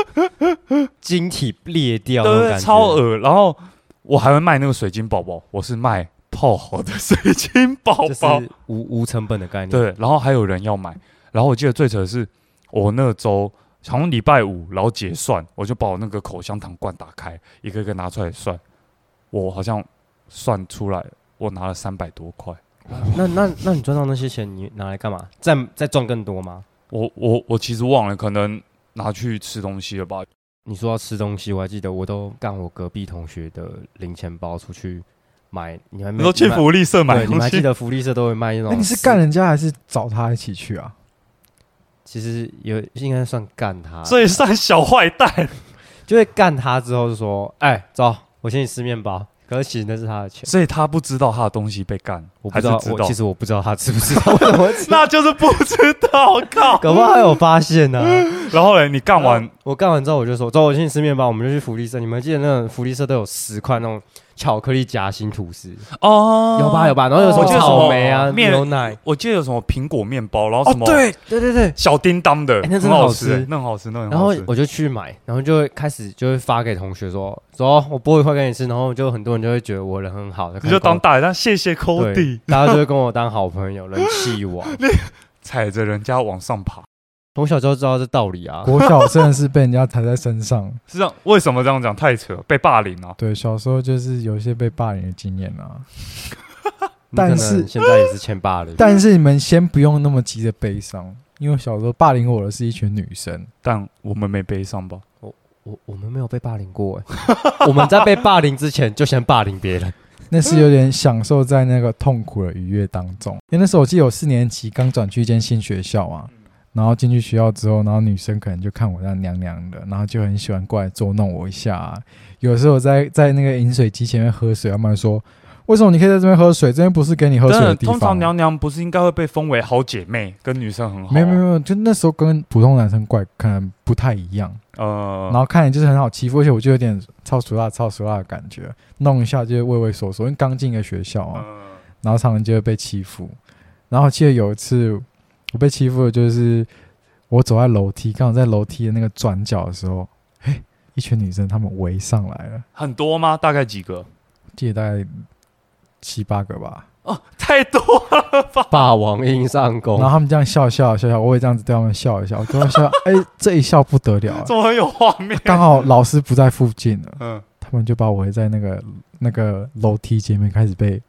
Speaker 2: 晶体裂掉
Speaker 3: 对
Speaker 2: *laughs* 那种
Speaker 3: 对，
Speaker 2: 感觉，
Speaker 3: 超恶。然后我还会卖那个水晶宝宝，我是卖泡好的水晶宝
Speaker 2: 就是
Speaker 3: 宝，
Speaker 2: 无无成本的概念。，
Speaker 3: *laughs* 对。然后还有人要买，然后我记得最扯的是，我那周好像礼拜五，然后结算，我就把我那个口香糖罐打开，一个一个拿出来算，我好像算出来我拿了三百多块。
Speaker 2: 那那那你赚到那些钱，你拿来干嘛？再再赚更多吗？
Speaker 3: 我我我其实忘了，可能拿去吃东西了吧。
Speaker 2: 你说要吃东西，我还记得我都干我隔壁同学的零钱包出去买，你还没
Speaker 3: 你说去
Speaker 2: 你们
Speaker 3: 福利社买
Speaker 2: 对，你们
Speaker 3: 东
Speaker 2: 还记
Speaker 3: 西，
Speaker 2: 得福利社都会卖那种
Speaker 3: *laughs*
Speaker 1: 那、
Speaker 3: 哦
Speaker 1: 你是
Speaker 2: 四
Speaker 1: 干人家还是找他一起去啊？
Speaker 2: 其实有应该算干他，
Speaker 3: 所以算小坏蛋。
Speaker 2: 就会干他之后就说：“哎，走，我请你吃面包。”可是其实那是他的钱，
Speaker 3: 所以他不知道他的东西被干，
Speaker 2: 我不
Speaker 3: 还
Speaker 2: 知
Speaker 3: 是
Speaker 2: 道，
Speaker 3: 知
Speaker 2: 我其实我不知道他知不知道， *laughs* 为什么会吃？
Speaker 3: 那就是不知道。
Speaker 2: *laughs*
Speaker 3: 靠！
Speaker 2: 搞不好还有发现呢、
Speaker 3: 然后嘞，你干完，
Speaker 2: 我干完之后我就说：“走，我请你吃面包。”我们就去福利社，你们记得那种福利社都有十块那种巧克力夹心吐司，
Speaker 3: 哦
Speaker 2: 有吧有吧？然后有什么
Speaker 3: 我记得什么
Speaker 2: 草莓啊、
Speaker 3: 面
Speaker 2: 牛奶，
Speaker 3: 我记得有什么苹果面包，然
Speaker 1: 哦
Speaker 3: 后什，么
Speaker 1: 对，
Speaker 2: 对对对。
Speaker 3: 小叮当的，
Speaker 2: 哎那真的
Speaker 3: 很好
Speaker 2: 好吃
Speaker 3: 吃，欸那很好吃，那很
Speaker 2: 然后
Speaker 3: 好吃。
Speaker 2: 我就去买，然后就会开始就会发给同学说：“走，我剥一块给你吃。”然后就很多人就会觉得我人很好，
Speaker 3: 你就
Speaker 2: 开始跟我
Speaker 3: 当大但谢谢 Cody，
Speaker 2: 对，大家就会跟我当好朋友，人气
Speaker 3: *laughs*
Speaker 2: 王。
Speaker 3: 踩着人家往上爬，
Speaker 2: 从小就知道这道理啊。
Speaker 1: 国小真的是被人家抬在身上。
Speaker 3: 是这样？为什么这样讲？太扯，被霸凌啊！
Speaker 1: 对，小时候就是有一些被霸凌的经验啊。
Speaker 3: *laughs*
Speaker 2: 你嗯可能
Speaker 1: 但是
Speaker 2: 现在也是欠霸凌，
Speaker 1: 但是你们先不用那么急着悲伤，因为小时候霸凌我的是一群女生。
Speaker 3: 但我们没悲伤吧？
Speaker 2: 我我们没有被霸凌过哎、我们在被霸凌之前就先霸凌别人，
Speaker 1: 那是有点享受在那个痛苦的愉悦当中。因为那时候我记得我四年级刚转去一间新学校啊，
Speaker 3: 嗯
Speaker 1: 然后进去学校之后，然后女生可能就看我那娘娘的，然后就很喜欢过来捉弄我一下、啊。有时候我在在那个饮水机前面喝水，他们说：“为什么你可以在这边喝水？这边不是给你喝水
Speaker 3: 真
Speaker 1: 的
Speaker 3: 的，
Speaker 1: 地
Speaker 3: 通常
Speaker 1: 方啊。
Speaker 3: 娘娘不是应该会被封为好姐妹，跟女生很好啊？
Speaker 1: 没有没有没有，就那时候跟普通男生怪可能不太一样，
Speaker 3: 呃
Speaker 1: 然，后看你就是很好欺负，而且我就有点超俗辣超俗辣的感觉，弄一下就会畏畏缩缩，因为刚进一个学校啊。
Speaker 3: 嗯
Speaker 1: 然后常常就会被欺负。然后我记得有一次我被欺负的就是我走在楼梯，刚好在楼梯的那个转角的时候，嘿，一群女生她们围上来了，
Speaker 3: 很多吗？大概几个？
Speaker 1: 记得大概七八个吧。
Speaker 3: 哦，太多了吧？
Speaker 2: 霸王硬上
Speaker 1: 然后
Speaker 2: 弓。
Speaker 1: 他们这样笑笑笑笑，我也这样子对他们笑一笑，我跟他们笑， *laughs* 哎，这一笑不得了啊、
Speaker 3: 怎么很有画面？
Speaker 1: 刚好老师不在附近了，
Speaker 3: 嗯，
Speaker 1: 他们就把我围在那个那个楼梯前面，开始被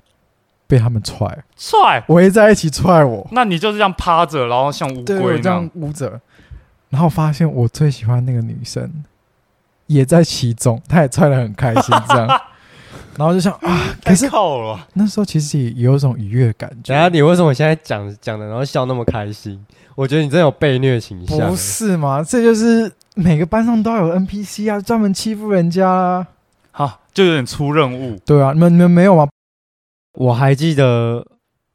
Speaker 1: 被他们踹，
Speaker 3: 踹，
Speaker 1: 围在一起踹我。
Speaker 3: 那你就是这样趴着，然后像乌
Speaker 1: 对，我
Speaker 3: 龟
Speaker 1: 这
Speaker 3: 那
Speaker 1: 样
Speaker 3: 样。
Speaker 1: 捂着，然后发现我最喜欢那个女生也在其中，她也穿的很开心，这
Speaker 3: *laughs*
Speaker 1: 样，然后就想啊，可
Speaker 3: 太
Speaker 1: 是
Speaker 3: 靠了，
Speaker 1: 那时候其实也也有一种愉悦的感
Speaker 2: 等一
Speaker 1: 觉，
Speaker 2: 下你为什么现在讲讲的，然后笑那么开心？我觉得你真的有被虐倾向
Speaker 1: 不。是吗？这就是每个班上都要有 NPC 啊，专门欺负人家啊。
Speaker 3: 哈，就有点出任务。
Speaker 1: 对啊，你们你们没有吗？
Speaker 2: 我还记得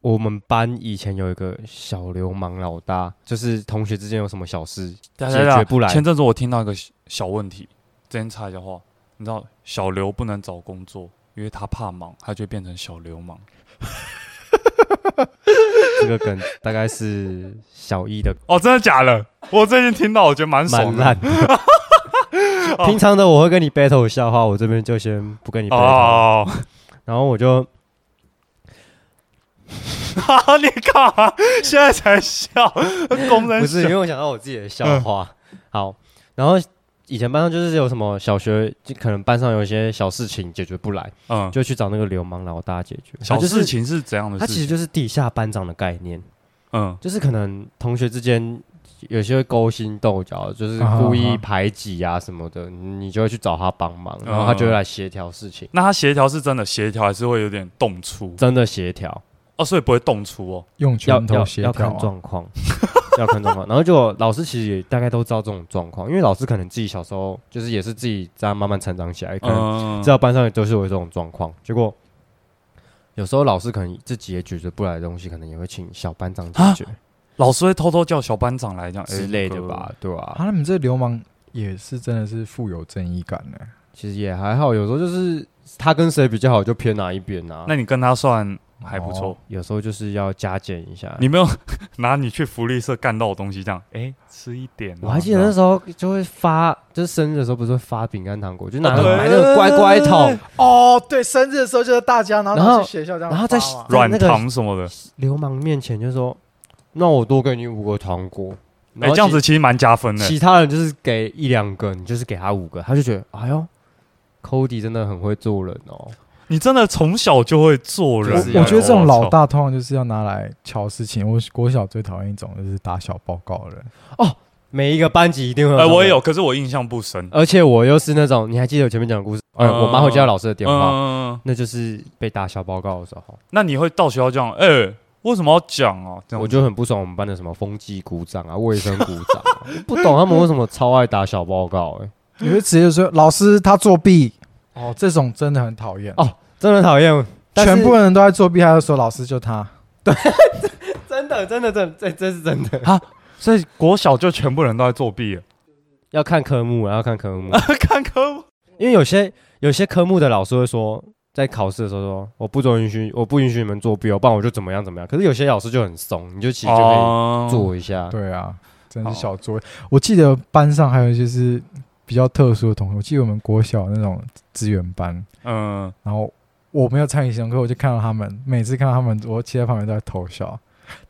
Speaker 2: 我们班以前有一个小流氓老大，就是同学之间有什么小事 *laughs*
Speaker 3: 解
Speaker 2: 解决不来，
Speaker 3: 前阵子我听到一个小小问题，之前插一下话，你知道小刘不能找工作，因为他怕忙，他就变成小流氓。
Speaker 2: 这个梗大概是小一的
Speaker 3: 哦，真的假的？我最近听到，我觉得蛮
Speaker 2: 蛮
Speaker 3: 爽
Speaker 2: *laughs*
Speaker 3: 的。
Speaker 2: 烂的。平常的我会跟你 battle 笑话，我这边就先不跟你 battle，、
Speaker 3: 哦，
Speaker 2: 然后我就 *laughs*
Speaker 3: 哈哈，你干嘛？现在才笑，工人
Speaker 2: 不是，
Speaker 3: 笑
Speaker 2: 因为我想到我自己的笑
Speaker 3: 嗯
Speaker 2: 话。好，然后以前班上就是有什么小学，就可能班上有一些小事情解决不来，
Speaker 3: 嗯，
Speaker 2: 就去找那个流氓老大解决。啊
Speaker 3: 小
Speaker 2: 他就是
Speaker 3: 事，情是怎样的
Speaker 2: 他
Speaker 3: 事
Speaker 2: 其实
Speaker 3: 情？
Speaker 2: 就是地下班长的概念，
Speaker 3: 嗯，
Speaker 2: 就是可能同学之间。有些会勾心斗角，就是
Speaker 1: 啊
Speaker 2: 故
Speaker 1: 啊
Speaker 2: 意
Speaker 1: 啊
Speaker 2: 排挤啊什么的，你就会去找他帮忙，
Speaker 3: 嗯
Speaker 2: 然后他就会来协调事情，
Speaker 3: 那他协调是真的协调，还是会有点动粗？
Speaker 2: 真的协调。
Speaker 3: 哦，所以不会动粗哦。
Speaker 1: 用
Speaker 2: 要
Speaker 1: 拳头
Speaker 2: 要
Speaker 1: 协
Speaker 2: 要
Speaker 1: 调
Speaker 2: 看
Speaker 1: 啊、
Speaker 2: 状况，要看状况。然后就老师其实也大概都知道这种状况，因为老师可能自己小时候就是也是自己这样慢慢成长起来，可能
Speaker 3: 嗯
Speaker 2: 知，道班上也都是有这种状况。结果有时候老师可能自己也解决不来的东西，可能也会请小班长
Speaker 3: 啊
Speaker 2: 解决
Speaker 3: 老师会偷偷叫小班长来讲
Speaker 2: 之类的吧？，对
Speaker 1: 啊，
Speaker 2: 啊，
Speaker 1: 你们这流氓也是真的是富有正义感呢、
Speaker 2: 其实也还好，有时候就是他跟谁比较好就偏哪一边啊
Speaker 3: 哎那。个那你跟他
Speaker 2: 嗯
Speaker 3: 算还不错
Speaker 1: 哦。
Speaker 2: 有时候就是要加减一下。
Speaker 3: 你没有 *laughs* 拿你去福利社干到的东西，这样，哎，吃一点啊。
Speaker 2: 我还记得那时候就会发，就是生日的时候不是会发饼干糖果，就拿那
Speaker 3: 对
Speaker 2: 个买那个乖乖桶，
Speaker 1: 哦，对，生日的时候就是大家，然
Speaker 2: 后然后拿去
Speaker 1: 学校这啊
Speaker 2: 然后再
Speaker 3: 软
Speaker 2: 那个
Speaker 3: 糖什么的，
Speaker 2: 流氓面前就说：“那我多给你五个糖果。”
Speaker 3: 哎、
Speaker 2: 然后
Speaker 3: 这样子欸其实蛮加分
Speaker 2: 其，
Speaker 3: 的。
Speaker 2: 其他人就是给一两个，你就是给他五个，他就觉得：“哎呦，Cody 真的很会做人哦。
Speaker 3: 你真的从小就会做人
Speaker 1: 我，
Speaker 2: 就是要
Speaker 1: 我觉得这种老
Speaker 3: 我操，
Speaker 1: 大通常就是要拿来瞧事情。我国小最讨厌一种就是打小报告的人，”
Speaker 2: 每一个班级一定会。
Speaker 3: 哎、我也有，，可是我印象不深。
Speaker 2: 而且我又是那种，你还记得我前面讲的故事？呃，
Speaker 3: 嗯
Speaker 2: 我妈会接到老师的电话，
Speaker 3: 嗯，
Speaker 2: 那就是被打小报告的时候，
Speaker 3: 那你会到学校这样，哎、为什么要讲啊？这样
Speaker 2: 我就很不爽我们班的什么风纪股长啊、卫生股长啊、 *laughs* 我不懂他们为什么超爱打小报告、
Speaker 3: *laughs*
Speaker 2: 哎，
Speaker 1: 你会直接说老师他作弊，哦，这种真的很讨厌。
Speaker 2: 哦真的讨厌。但是
Speaker 1: 全部人都在作弊，他就说老师就他。
Speaker 2: 真的真的真的这这是真的，
Speaker 3: 所以国小就全部人都在作弊了，
Speaker 2: 要看科目啊，要看科目。
Speaker 3: *laughs* 看科目
Speaker 2: 因为有些有些科目的老师会说，在考试的时候说，我不准允许，我不允许你们作弊哦，不然我就怎么样怎么样。可是有些老师就很怂，你就其实就可以
Speaker 3: 做
Speaker 2: 做一下。
Speaker 1: 对啊，真
Speaker 3: 好
Speaker 1: 是小作业。我记得班上还有就是比较特殊的同学，我记得我们国小那种资源班，
Speaker 3: 嗯，
Speaker 1: 然后我没有参与行动课，我就看到他们，每次看到他们，我其他旁边都在偷笑。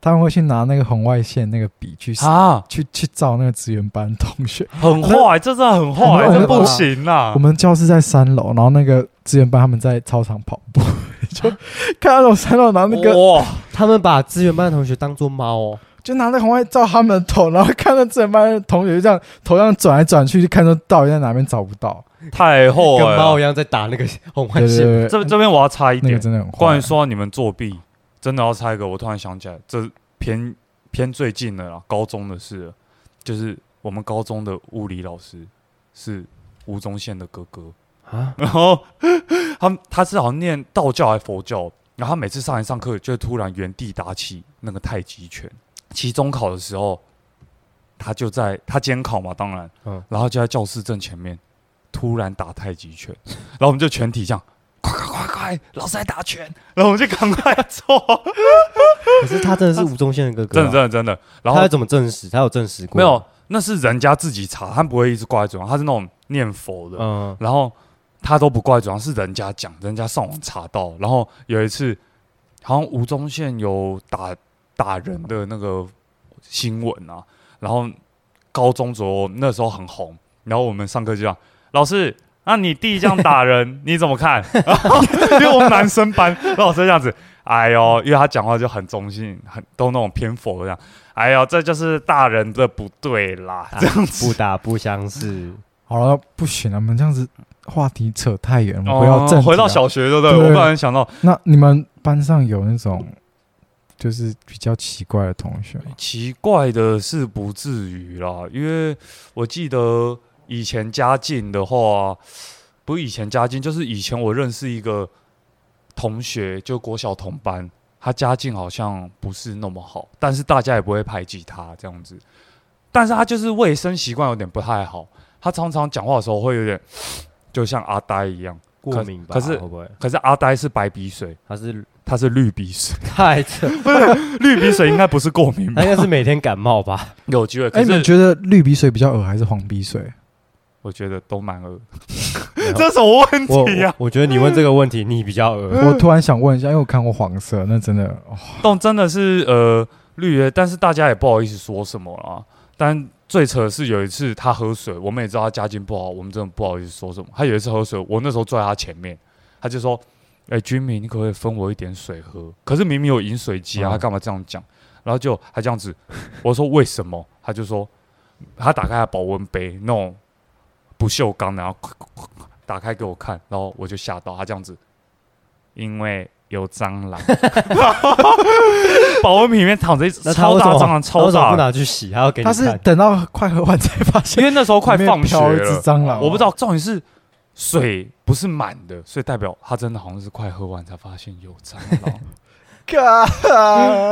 Speaker 1: 他们会去拿那个红外线那个笔去、
Speaker 3: 啊，
Speaker 1: 去去照那个资源班同学。
Speaker 3: 很坏，这真的很
Speaker 1: 我
Speaker 3: 坏，
Speaker 1: 们
Speaker 3: 这不行啊啦
Speaker 1: 我。们教室在三楼，然后那个资源班他们在操场跑步， *laughs* 就看到那种三楼拿那个
Speaker 3: 哇，
Speaker 2: 他们把资源班的同学当做猫哦，
Speaker 1: 就拿那个红外照他们的头，然后看到整班的同学就这样头这样转来转去，就看到到底在哪边找不到。
Speaker 3: 太
Speaker 2: 跟
Speaker 3: 后悔
Speaker 2: 猫
Speaker 3: 了。
Speaker 2: 一样在打那个红外
Speaker 1: 对对
Speaker 2: 线。
Speaker 1: 对，
Speaker 3: 这这边我要插一
Speaker 1: 那
Speaker 3: 点
Speaker 1: 个，真的很坏。
Speaker 3: 关于说到你们作弊，真的要插一个，我突然想起来，这偏偏最近的啦，高中的事了，就是我们高中的物理老师是吴宗宪的哥哥，
Speaker 2: 啊，
Speaker 3: 然后 *laughs* 他他是好像念道教还是佛教，然后他每次上来上课就会突然原地打起那个太极拳，期中考的时候，他就在他监考嘛，当然，
Speaker 2: 嗯
Speaker 3: 然后就在教室正前面突然打太极拳，然后我们就全体这样。快快快快！老师在打拳，然后我们就赶快做，
Speaker 2: 可是 *laughs* 他真的是吴宗宪的哥哥、
Speaker 3: 真的真
Speaker 2: 啊，
Speaker 3: 的真的。然
Speaker 2: 他
Speaker 3: 后
Speaker 2: 要怎么证实？他有证实过？
Speaker 3: 没有，，那是人家自己查，他不会一直挂在嘴上，他是那种念佛的，
Speaker 2: 嗯，
Speaker 3: 然后他都不怪主要是人家讲，人家上网查到。然后有一次，好像吴宗宪有打打人的那个新闻啊，然后高中左右那时候很红，然后我们上课就讲老师。那你弟这样打人，你怎么看？ *laughs* 然后因为我们男生班，然后老师这样子，哎呦，因为他讲话就很中性，很都那种偏佛的这样，哎呦，这就是大人的不对啦，这样子。
Speaker 2: 不打不相识。
Speaker 1: 好了，不行了，我们这样子话题扯太远，哎我们
Speaker 3: 哦
Speaker 1: 回到正、啊
Speaker 3: 回到，小学，对不对？
Speaker 1: 对
Speaker 3: 我突然想到，
Speaker 1: 那你们班上有那种就是比较奇怪的同学嘛？
Speaker 3: 奇怪的是不至于啦，因为我记得以前家境的话，不是以前家境，就是以前我认识一个同学，就国小同班，他家境好像不是那么好，但是大家也不会排挤他这样子。但是他就是卫生习惯有点不太好，他常常讲话的时候会有点就像阿呆一样，
Speaker 2: 过敏吧？
Speaker 3: *laughs* 可是
Speaker 2: 会不会？
Speaker 3: 可是阿呆是白鼻水，
Speaker 2: 他是
Speaker 3: 他是绿鼻水， *laughs*
Speaker 2: 太扯，
Speaker 3: 绿鼻水应该不是过敏吧
Speaker 2: 他？应该是每天感冒
Speaker 3: *laughs*
Speaker 2: 吧？
Speaker 3: 哎有机会，
Speaker 1: 哎、
Speaker 3: 可
Speaker 1: 你们
Speaker 3: 是
Speaker 1: 觉得绿鼻水比较恶还是黄鼻水？
Speaker 3: 我觉得都蛮恶
Speaker 2: 没有
Speaker 3: *laughs* 这什么问
Speaker 2: 我
Speaker 3: 题啊呀、
Speaker 2: 我觉得你问这个问题，你比较
Speaker 3: 呃
Speaker 2: 恶
Speaker 1: 我突然想问一下，因为我看过黄色，那真的哦
Speaker 3: *laughs* 动真的是呃绿的，但是大家也不好意思说什么啦。但最扯的是有一次他喝水，我们也知道他家境不好，我们真的不好意思说什么。他有一次喝水，我那时候坐在他前面，他就说：“哎、君明，你可不可以分我一点水喝？”可是明明有饮水机啊，
Speaker 2: 嗯
Speaker 3: 他干嘛这样讲？然后就还这样子，我说为什么？他就说他打开他保温杯，那种不锈钢的，然后打开给我看，然后我就吓到他这样子，因为有蟑螂， *laughs* 保温瓶里面躺着一只
Speaker 2: 那他
Speaker 3: 超
Speaker 2: 为什
Speaker 3: 大
Speaker 2: 么
Speaker 3: 蟑
Speaker 2: 他
Speaker 3: 螂，超
Speaker 2: 为什么
Speaker 3: 大
Speaker 2: 不
Speaker 3: 的，
Speaker 2: 拿去洗？还要给你
Speaker 1: 他是
Speaker 2: 看？
Speaker 1: 等到快喝完才发
Speaker 3: 因
Speaker 1: 现，
Speaker 3: 为那时候 *laughs* 快
Speaker 1: 里面
Speaker 3: 放学
Speaker 1: 飘一只
Speaker 3: 了，
Speaker 1: 蟑螂，
Speaker 3: 我
Speaker 1: *laughs*
Speaker 3: 不知道，重点是水不是满的，所以代表他真的好像是快喝完才发现有蟑螂。
Speaker 1: 哦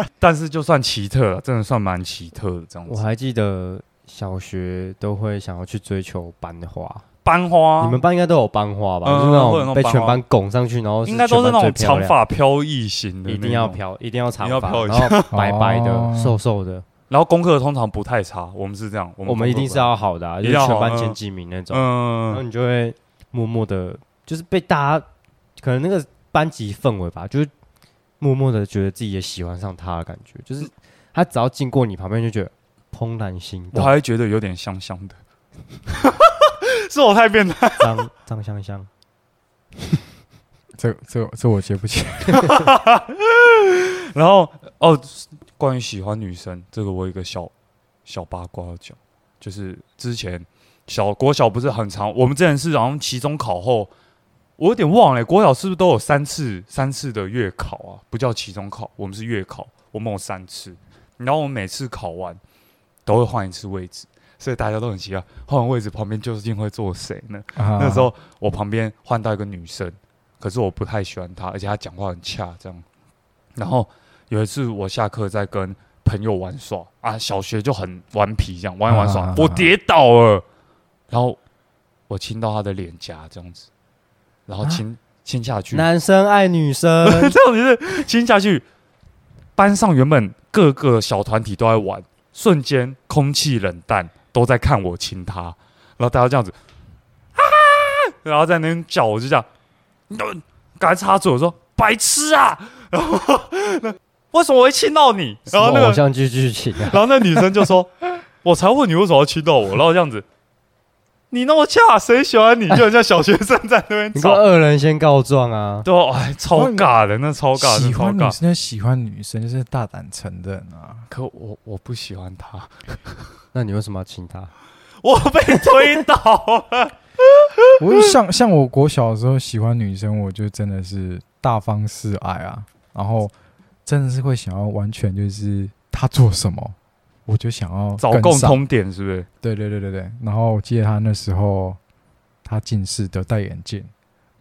Speaker 1: 道。
Speaker 3: 但是就算奇特了，真的算蛮奇特的这样
Speaker 2: 我
Speaker 3: 子。
Speaker 2: 还记得小学都会想要去追求班花，
Speaker 3: 班花，
Speaker 2: 你们班应该都有班花吧？
Speaker 3: 啊嗯
Speaker 2: 就是
Speaker 3: 会
Speaker 2: 那
Speaker 3: 有那
Speaker 2: 种
Speaker 3: 种
Speaker 2: 被
Speaker 3: 班
Speaker 2: 全
Speaker 3: 花
Speaker 2: 班拱上去，然后
Speaker 3: 应该都是
Speaker 2: 全
Speaker 3: 那
Speaker 2: 班最
Speaker 3: 种
Speaker 2: 漂
Speaker 3: 长
Speaker 2: 亮，
Speaker 3: 发飘逸型的，
Speaker 2: 一定要。飘，一定要长
Speaker 3: 你要
Speaker 2: 发，
Speaker 3: 飘一
Speaker 2: 然后白白的、
Speaker 1: 哦
Speaker 2: 瘦瘦的。
Speaker 3: 然后功课通常不太差，我们是这样，我们
Speaker 2: 我们一定是要好的、啊，
Speaker 3: 一
Speaker 2: 就
Speaker 3: 定
Speaker 2: 是
Speaker 3: 要
Speaker 2: 全班
Speaker 3: 好
Speaker 2: 前
Speaker 3: 嗯
Speaker 2: 几名那种。然后
Speaker 3: 嗯，
Speaker 2: 你就会默默的，就是被大家可能那个班级氛围吧，就是默默的觉得自己也喜欢上他的感觉，就是
Speaker 3: 嗯
Speaker 2: 他只要经过你旁边就觉得怦然心
Speaker 3: 我
Speaker 2: 动，
Speaker 3: 还觉得有点香香的，是我太变态。 *laughs*
Speaker 2: 张张香香，
Speaker 1: 这这这我接不起来。
Speaker 3: 然后哦，关于喜欢女生这个，我有一个小小八卦要讲，就是之前小国小不是很长，我们之前是好像期中考后，我有点忘了、国小是不是都有三次三次的月考啊？不叫期中考，我们是月考，我们有三次，然后我们每次考完都会换一次位置，所以大家都很期待换完位置旁边究竟会坐谁呢？ *laughs* 那
Speaker 1: 那
Speaker 3: 时候我旁边换到一个女生，可是我不太喜欢她，而且她讲话很恰这样。然后有一次我下课在跟朋友玩耍啊，小学就很顽皮这样玩一玩耍，
Speaker 1: 啊啊啊啊
Speaker 3: 我跌倒了，然后我亲到她的脸颊这样子，然后亲、亲下去，
Speaker 2: 男生爱女生，
Speaker 3: 这样子是亲下去。班上原本各个小团体都在玩，瞬间空气冷淡，都在看我亲他，然后大家这样子，啊，然后在那边叫，我就这样，你赶快插嘴，我说白痴啊，然后那为什么我会亲到你？ *laughs* 然后那
Speaker 2: 什么偶
Speaker 3: 个，
Speaker 2: 像剧剧情
Speaker 3: *laughs*
Speaker 2: 啊，
Speaker 3: 然后那女生就说，我才问你为什么要亲到我，然后这样子，你那么恰，谁喜欢你？就很像小学生在那边
Speaker 2: 你跟
Speaker 3: 吵，
Speaker 2: 恶人先告状啊，
Speaker 3: 对啊，哎，超尬的，那超尬，那
Speaker 1: 喜
Speaker 3: 超
Speaker 1: 欢
Speaker 3: 尬
Speaker 1: 女。生就喜欢女生，就是大胆承认啊。
Speaker 3: 可我我不喜欢他，
Speaker 2: 那你为什么要亲他？
Speaker 3: *laughs* 我被推倒 *laughs* 了。
Speaker 1: 我就像像我国小的时候喜欢女生，我就真的是大方示爱啊，然后真的是会想要完全就是她做什么，我就想要
Speaker 3: 找
Speaker 1: 跟
Speaker 3: 共
Speaker 1: 上。
Speaker 3: 通点是不是？
Speaker 1: 对对对对对。然后我记得他那时候他近视的戴眼镜，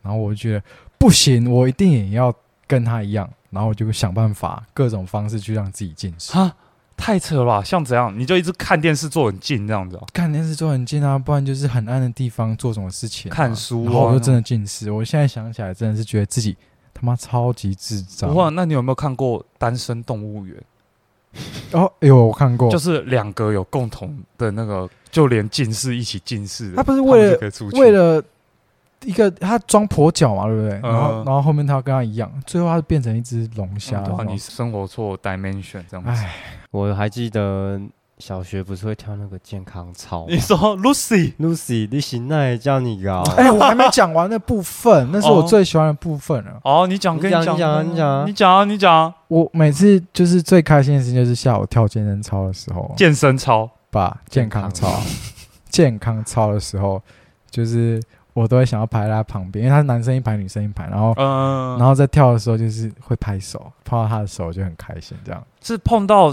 Speaker 1: 然后我就觉得不行，我一定也要跟他一样，然后我就想办法各种方式去让自己近视。
Speaker 3: 哈，太扯了吧！像怎样，你就一直看电视坐很近这样子、啊，
Speaker 1: *laughs* 看电视坐很近啊，不然就是很暗的地方做什么事情啊、
Speaker 3: 看书
Speaker 1: 然后
Speaker 3: 啊
Speaker 1: 我就真的近视。我现在想起来，真的是觉得自己他妈超级智障。
Speaker 3: 不过，那你有没有看过《单身动物园
Speaker 1: 哦，有我看》？过，
Speaker 3: 就是两个有共同的那个，就连近视一起近视的，
Speaker 1: 他不是
Speaker 3: 他
Speaker 1: 为
Speaker 3: 们
Speaker 1: 了
Speaker 3: 就可以出去嗯
Speaker 1: 为了一个他装跛脚嘛，对不对？然后然
Speaker 3: 嗯
Speaker 1: 后后面他要跟他一样，最后他变成一只龙虾。
Speaker 3: 嗯对啊你生活错 dimension 这样子。
Speaker 1: 哎，
Speaker 2: 我还记得小学不是会跳那个健康操吗
Speaker 3: 你说 Lucy，
Speaker 2: ，Lucy，你醒那也叫你
Speaker 3: *laughs*
Speaker 2: 搞，
Speaker 1: 哎，我还没讲完那部分，那是我
Speaker 3: 哦
Speaker 1: 最喜欢的部分了。
Speaker 3: 哦，你讲，
Speaker 2: 你
Speaker 3: 跟
Speaker 2: 讲你
Speaker 3: 讲，
Speaker 2: 讲啊你讲啊
Speaker 3: 你讲啊，你讲啊，
Speaker 1: 我每次就是最开心的事情，就是下午跳健身操的时候，
Speaker 3: 健身操，
Speaker 1: 把健康操，健康操的时候，就是我都会想要排在他旁边，因为他是男生一排，女生一排，然后
Speaker 3: 嗯，
Speaker 1: 然后在跳的时候就是会拍手，碰到他的手就很开心，这样。
Speaker 3: 是碰到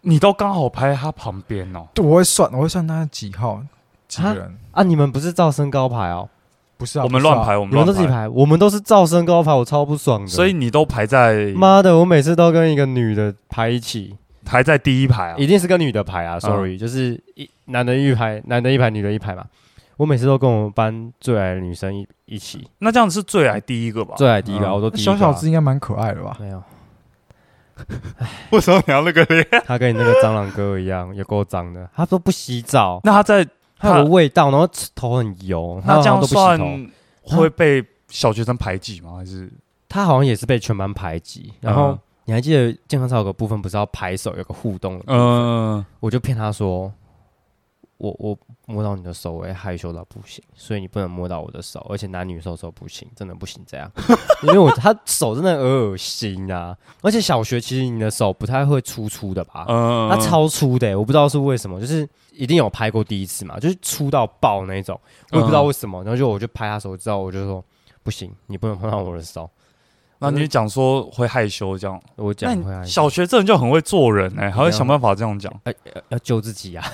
Speaker 3: 你都刚好排在他旁边哦。
Speaker 1: 对，我会算，我会算他几号几
Speaker 2: 啊
Speaker 1: 个人，
Speaker 2: 啊！你们不是照身高排哦，
Speaker 1: 不是啊，
Speaker 3: 我们
Speaker 1: 不是啊
Speaker 3: 乱，排，我
Speaker 2: 你
Speaker 3: 们
Speaker 2: 们都
Speaker 3: 乱
Speaker 2: 自己，排，我们都是照身高排，我超不爽的。
Speaker 3: 所以你都排在
Speaker 2: 妈的，我每次都跟一个女的排一起，
Speaker 3: 排在第一排啊
Speaker 2: 一。定是跟女的排啊，sorry，、就是一男的一排，男的一排，女的一排嘛。我每次都跟我们班最矮的女生一一起，
Speaker 3: 那这样是最矮第一个吧？
Speaker 2: 最矮第一个啊，
Speaker 3: 嗯
Speaker 2: 我都第一个啊、
Speaker 1: 小小子应该蛮可爱的吧？
Speaker 2: 没
Speaker 1: *laughs*
Speaker 2: 有，
Speaker 3: 为什么你要那个脸？
Speaker 2: 他跟你那个蟑螂哥一样，也够脏的。他都不洗澡，
Speaker 3: *laughs* 那他在
Speaker 2: 还有味道，然后头很油，他
Speaker 3: 那这
Speaker 2: 好像
Speaker 3: 样
Speaker 2: 都不洗头。
Speaker 3: 算会被小学生排挤吗？还是
Speaker 2: 他好像也是被全班排挤。然后、
Speaker 3: 嗯
Speaker 2: 你还记得健康操有个部分不是要拍手，有个互动的部分，
Speaker 3: 嗯，
Speaker 2: 我就骗他说。我我摸到你的手，我会害羞到不行，所以你不能摸到我的手，而且男女授受不行，真的不行这样， *laughs* 因为我他手真的很恶心啊，而且小学其实你的手不太会粗粗的吧，
Speaker 3: 嗯
Speaker 2: 它超粗的欸、我不知道是为什么，就是一定有拍过第一次嘛，就是粗到爆那一种，我也不知道为什么。然后就我就拍他手之后，我就说不行，你不能碰到我的手。
Speaker 3: 那你讲说会害羞这样，
Speaker 2: 我讲
Speaker 3: 那
Speaker 2: 会害
Speaker 3: 你
Speaker 2: 羞
Speaker 3: 小学生就很会做人哎、还会想办法这样讲。
Speaker 2: 要救自己啊，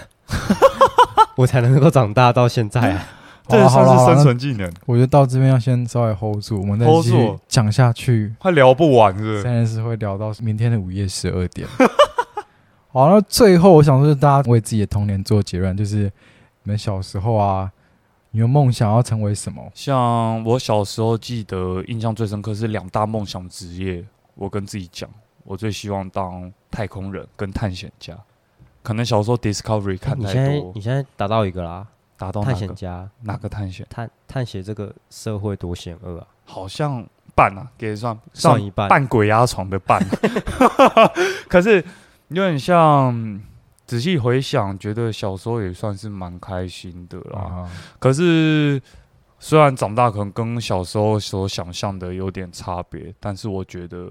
Speaker 2: *laughs* 我才能够长大到现在啊。
Speaker 3: 这
Speaker 1: 好啦好
Speaker 3: 也算
Speaker 1: 啦
Speaker 3: 是
Speaker 1: 好啦
Speaker 3: 生
Speaker 1: 那
Speaker 3: 存技能，
Speaker 1: 我觉得到这边要先稍微 hold 住，我们再
Speaker 3: hold
Speaker 1: 继
Speaker 3: 住
Speaker 1: 续讲下去，
Speaker 3: 快聊不完是不是？
Speaker 1: 真的是会聊到明天的午夜十二点。 *laughs* 好，那最后我想说，大家为自己的童年做结论，就是你们小时候啊，你们梦想要成为什么？
Speaker 3: 像我小时候记得印象最深刻是两大梦想职业，我跟自己讲，我最希望当太空人跟探险家。可能小时候 Discovery 看
Speaker 2: 哎你
Speaker 3: 太
Speaker 2: 现在
Speaker 3: 多
Speaker 2: 你，现在达到一个啦，
Speaker 3: 达到哪
Speaker 2: 探险嗯
Speaker 3: 个
Speaker 2: 家
Speaker 3: 哪个探险，
Speaker 2: 探探险这个社会多险恶啊，
Speaker 3: 好像半啊，给算
Speaker 2: 算一半。
Speaker 3: 扮鬼压床的
Speaker 2: *laughs*
Speaker 3: 扮。可是有点像，仔细回想，觉得小时候也算是蛮开心的啦。
Speaker 1: 啊，
Speaker 3: 可是虽然长大可能跟小时候所想象的有点差别，但是我觉得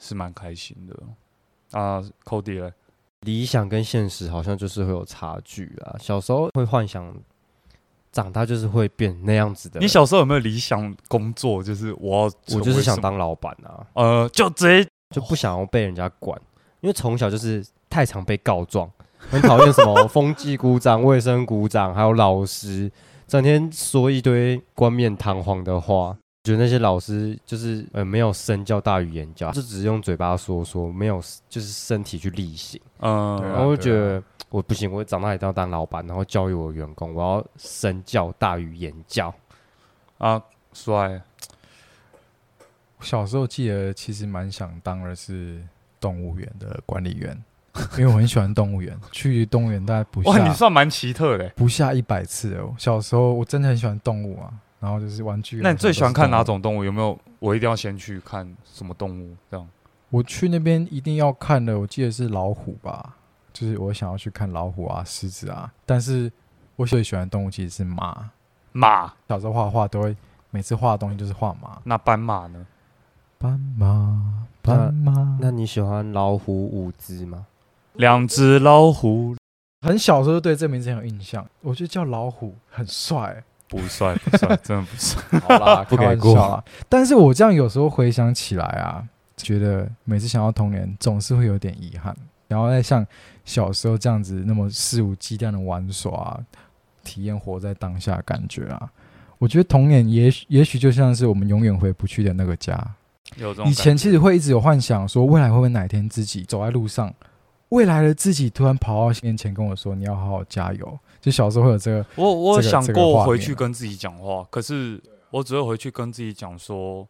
Speaker 3: 是蛮开心的啊。寇迪嘞，
Speaker 2: 理想跟现实好像就是会有差距啊。小时候会幻想，长大就是会变那样子的人。
Speaker 3: 你小时候有没有理想工作？就是我要，
Speaker 2: 我就是想，当老板啊，
Speaker 3: 呃，就直接
Speaker 2: 就不想要被人家管，因为从小就是太常被告状，很讨厌什 *laughs* 么风纪股长、卫生股长，还有老师，整天说一堆冠冕堂皇的话。觉得那些老师就是呃没有身教大于言教，就只是用嘴巴说说，没有就是身体去力行。
Speaker 3: 嗯、
Speaker 1: 对啊
Speaker 2: 然后我就觉得我不行，我长大一定要当老板，然后教育我的员工，我要身教大于言教。
Speaker 3: 啊，帅，
Speaker 1: 我小时候记得其实蛮想当的是动物园的管理
Speaker 3: *laughs*
Speaker 1: 员，因为我很喜欢动物园，去动物园大概不
Speaker 3: 哇，你
Speaker 1: 下
Speaker 3: 算蛮奇特的欸。
Speaker 1: 不下一百次哦。小时候我真的很喜欢动物啊，然后就是玩具啊。
Speaker 3: 那你最喜欢看
Speaker 1: 什
Speaker 3: 哪
Speaker 1: 么都是动物？
Speaker 3: 种动物？有没有我一定要先去看什么动物？这样
Speaker 1: 我去那边一定要看的，我记得是老虎吧，就是我想要去看老虎啊、狮子啊。但是我最喜欢的动物其实是马，
Speaker 3: 马，
Speaker 1: 小时候画画都会，每次画的东西就是画马，
Speaker 3: 那斑马呢？
Speaker 1: 斑马，斑马。
Speaker 2: 那你喜欢老虎舞姿吗？
Speaker 3: 两只老虎
Speaker 1: 很小时候就对这名字很有印象，我觉得叫老虎很帅，
Speaker 3: 不帅，不帅，真的不 *laughs* 帅。
Speaker 2: 好 *laughs* 啦，不
Speaker 1: 开
Speaker 2: 给
Speaker 1: 玩
Speaker 2: 过
Speaker 1: 笑。啊。但是我这样有时候回想起来啊，觉得每次想到童年，总是会有点遗憾。然后再像小时候这样子那么肆无忌惮的玩耍、啊，体验活在当下的感觉啊。我觉得童年也许也许就像是我们永远回不去的那个家。
Speaker 3: 有这种
Speaker 1: 以前
Speaker 3: 感觉
Speaker 1: 其实会一直有幻想，说未来会不会哪一天自己走在路上，未来的自己突然跑到面前跟我说：“你要好好加油。”就小时候会有这个
Speaker 3: 我我
Speaker 1: 这个
Speaker 3: 想
Speaker 1: 这个
Speaker 3: 过
Speaker 1: 画
Speaker 3: 回
Speaker 1: 面啊
Speaker 3: 去跟自己讲话，可是我只会回去跟自己讲说，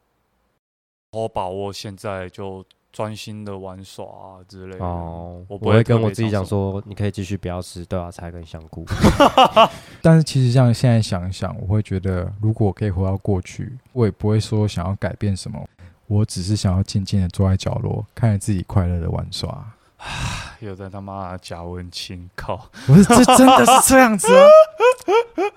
Speaker 3: 我把握现在就专心的玩耍啊之类的。
Speaker 2: 哦，
Speaker 3: 我
Speaker 2: 我
Speaker 3: 不会
Speaker 2: 会
Speaker 3: 特
Speaker 2: 跟
Speaker 3: 别
Speaker 2: 我自己
Speaker 3: 讲
Speaker 2: 讲说，你可以继续不要吃豆芽菜跟香菇。 *laughs*
Speaker 1: 但是其实这样现在想一想，我会觉得，如果我可以回到过去，我也不会说想要改变什么，我只是想要静静的坐在角落，看着自己快乐的玩 *laughs* 耍。
Speaker 3: *laughs* 有在他妈的假文青靠，
Speaker 1: 我是这真的是这样子啊！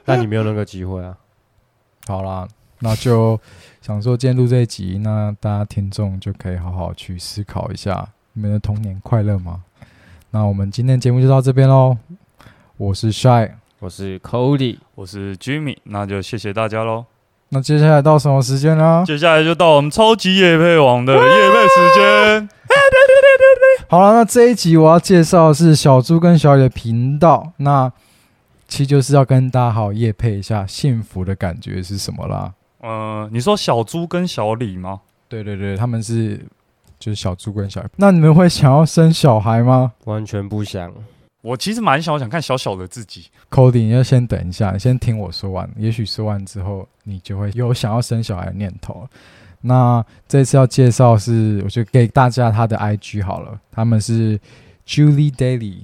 Speaker 2: 但你没有那个机会啊。
Speaker 1: *laughs* 好啦，那就想说今天录这一集，那大家听众就可以好好去思考一下，你们的童年快乐吗？那我们今天节目就到这边喽，我是 Shy，
Speaker 2: 我是 Cody，
Speaker 3: 我是 Jimmy，那就谢谢大家喽。
Speaker 1: 那接下来到什么时间呢？
Speaker 3: 接下来就到我们超级夜配网的夜配时间。
Speaker 1: 好了，那这一集我要介绍的是小猪跟小野的频道。那其实就是要跟大家好好夜配一下幸福的感觉是什么啦。
Speaker 3: 呃，你说小猪跟小李吗？
Speaker 1: 对对对，他们是就是小猪跟小野。那你们会想要生小孩吗
Speaker 2: 完全不想，
Speaker 3: 我其实蛮想想看小小的自己。
Speaker 1: ？Cody，你要先等一下，你先听我说完。也许说完之后，你就会有想要生小孩的念头了。那这次要介绍是，我就给大家他的 IG 好了，他们是 Julie Daily，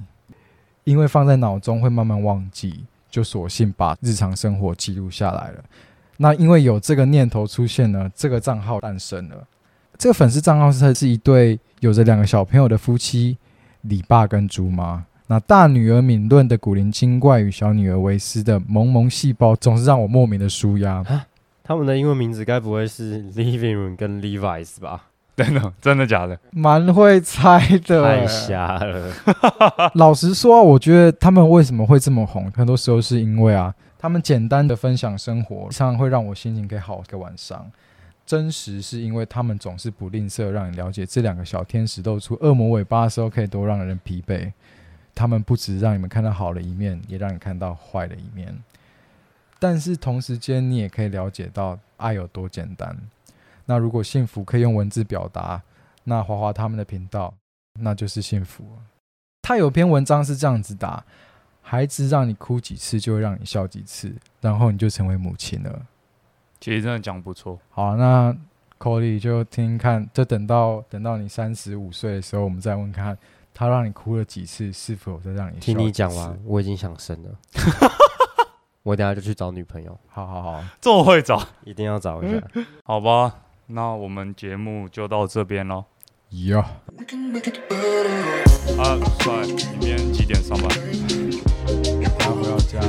Speaker 1: 因为放在脑中会慢慢忘记，就索性把日常生活记录下来了。那因为有这个念头出现呢，这个账号诞生了。这个粉丝账号是是一对有着两个小朋友的夫妻，李爸跟朱妈。那大女儿敏顿的古灵精怪与小女儿维斯的萌萌细胞，总是让我莫名的舒压。
Speaker 2: 他们的英文名字该不会是 Living Room 跟 Levi's 吧？
Speaker 3: 真的，真的假的？
Speaker 1: 蛮会猜的，
Speaker 2: 太瞎了，
Speaker 1: 老实说、啊，我觉得他们为什么会这么红，很多时候是因为啊，他们简单的分享生活，常常会让我心情可以好一个晚上。真实是因为他们总是不吝啬，让你了解这两个小天使露出恶魔尾巴的时候，可以多让人疲惫。他们不只让你们看到好的一面，也让你看到坏的一面。但是同时间，你也可以了解到爱有多简单。那如果幸福可以用文字表达，那华华他们的频道，那就是幸福了。他有篇文章是这样子打：孩子让你哭几次，就会让你笑几次，然后你就成为母亲了。
Speaker 3: 其实真的讲不错。
Speaker 1: 好，那 Cody 就听听看，就等到等到你三十五岁的时候，我们再问看他让你哭了几次，是否有再让你笑
Speaker 2: *laughs* 听你
Speaker 1: 几
Speaker 2: 讲
Speaker 1: 次
Speaker 2: 完，。我已经想生了， *laughs* 我等下就去找女朋友，
Speaker 1: 好好好，
Speaker 3: 这么会找？
Speaker 2: 一定要找一下。
Speaker 3: 好吧，那我们节目就到这边喽。
Speaker 1: 哟，
Speaker 3: 啊，帅，明天几点上班？
Speaker 1: 他回到家。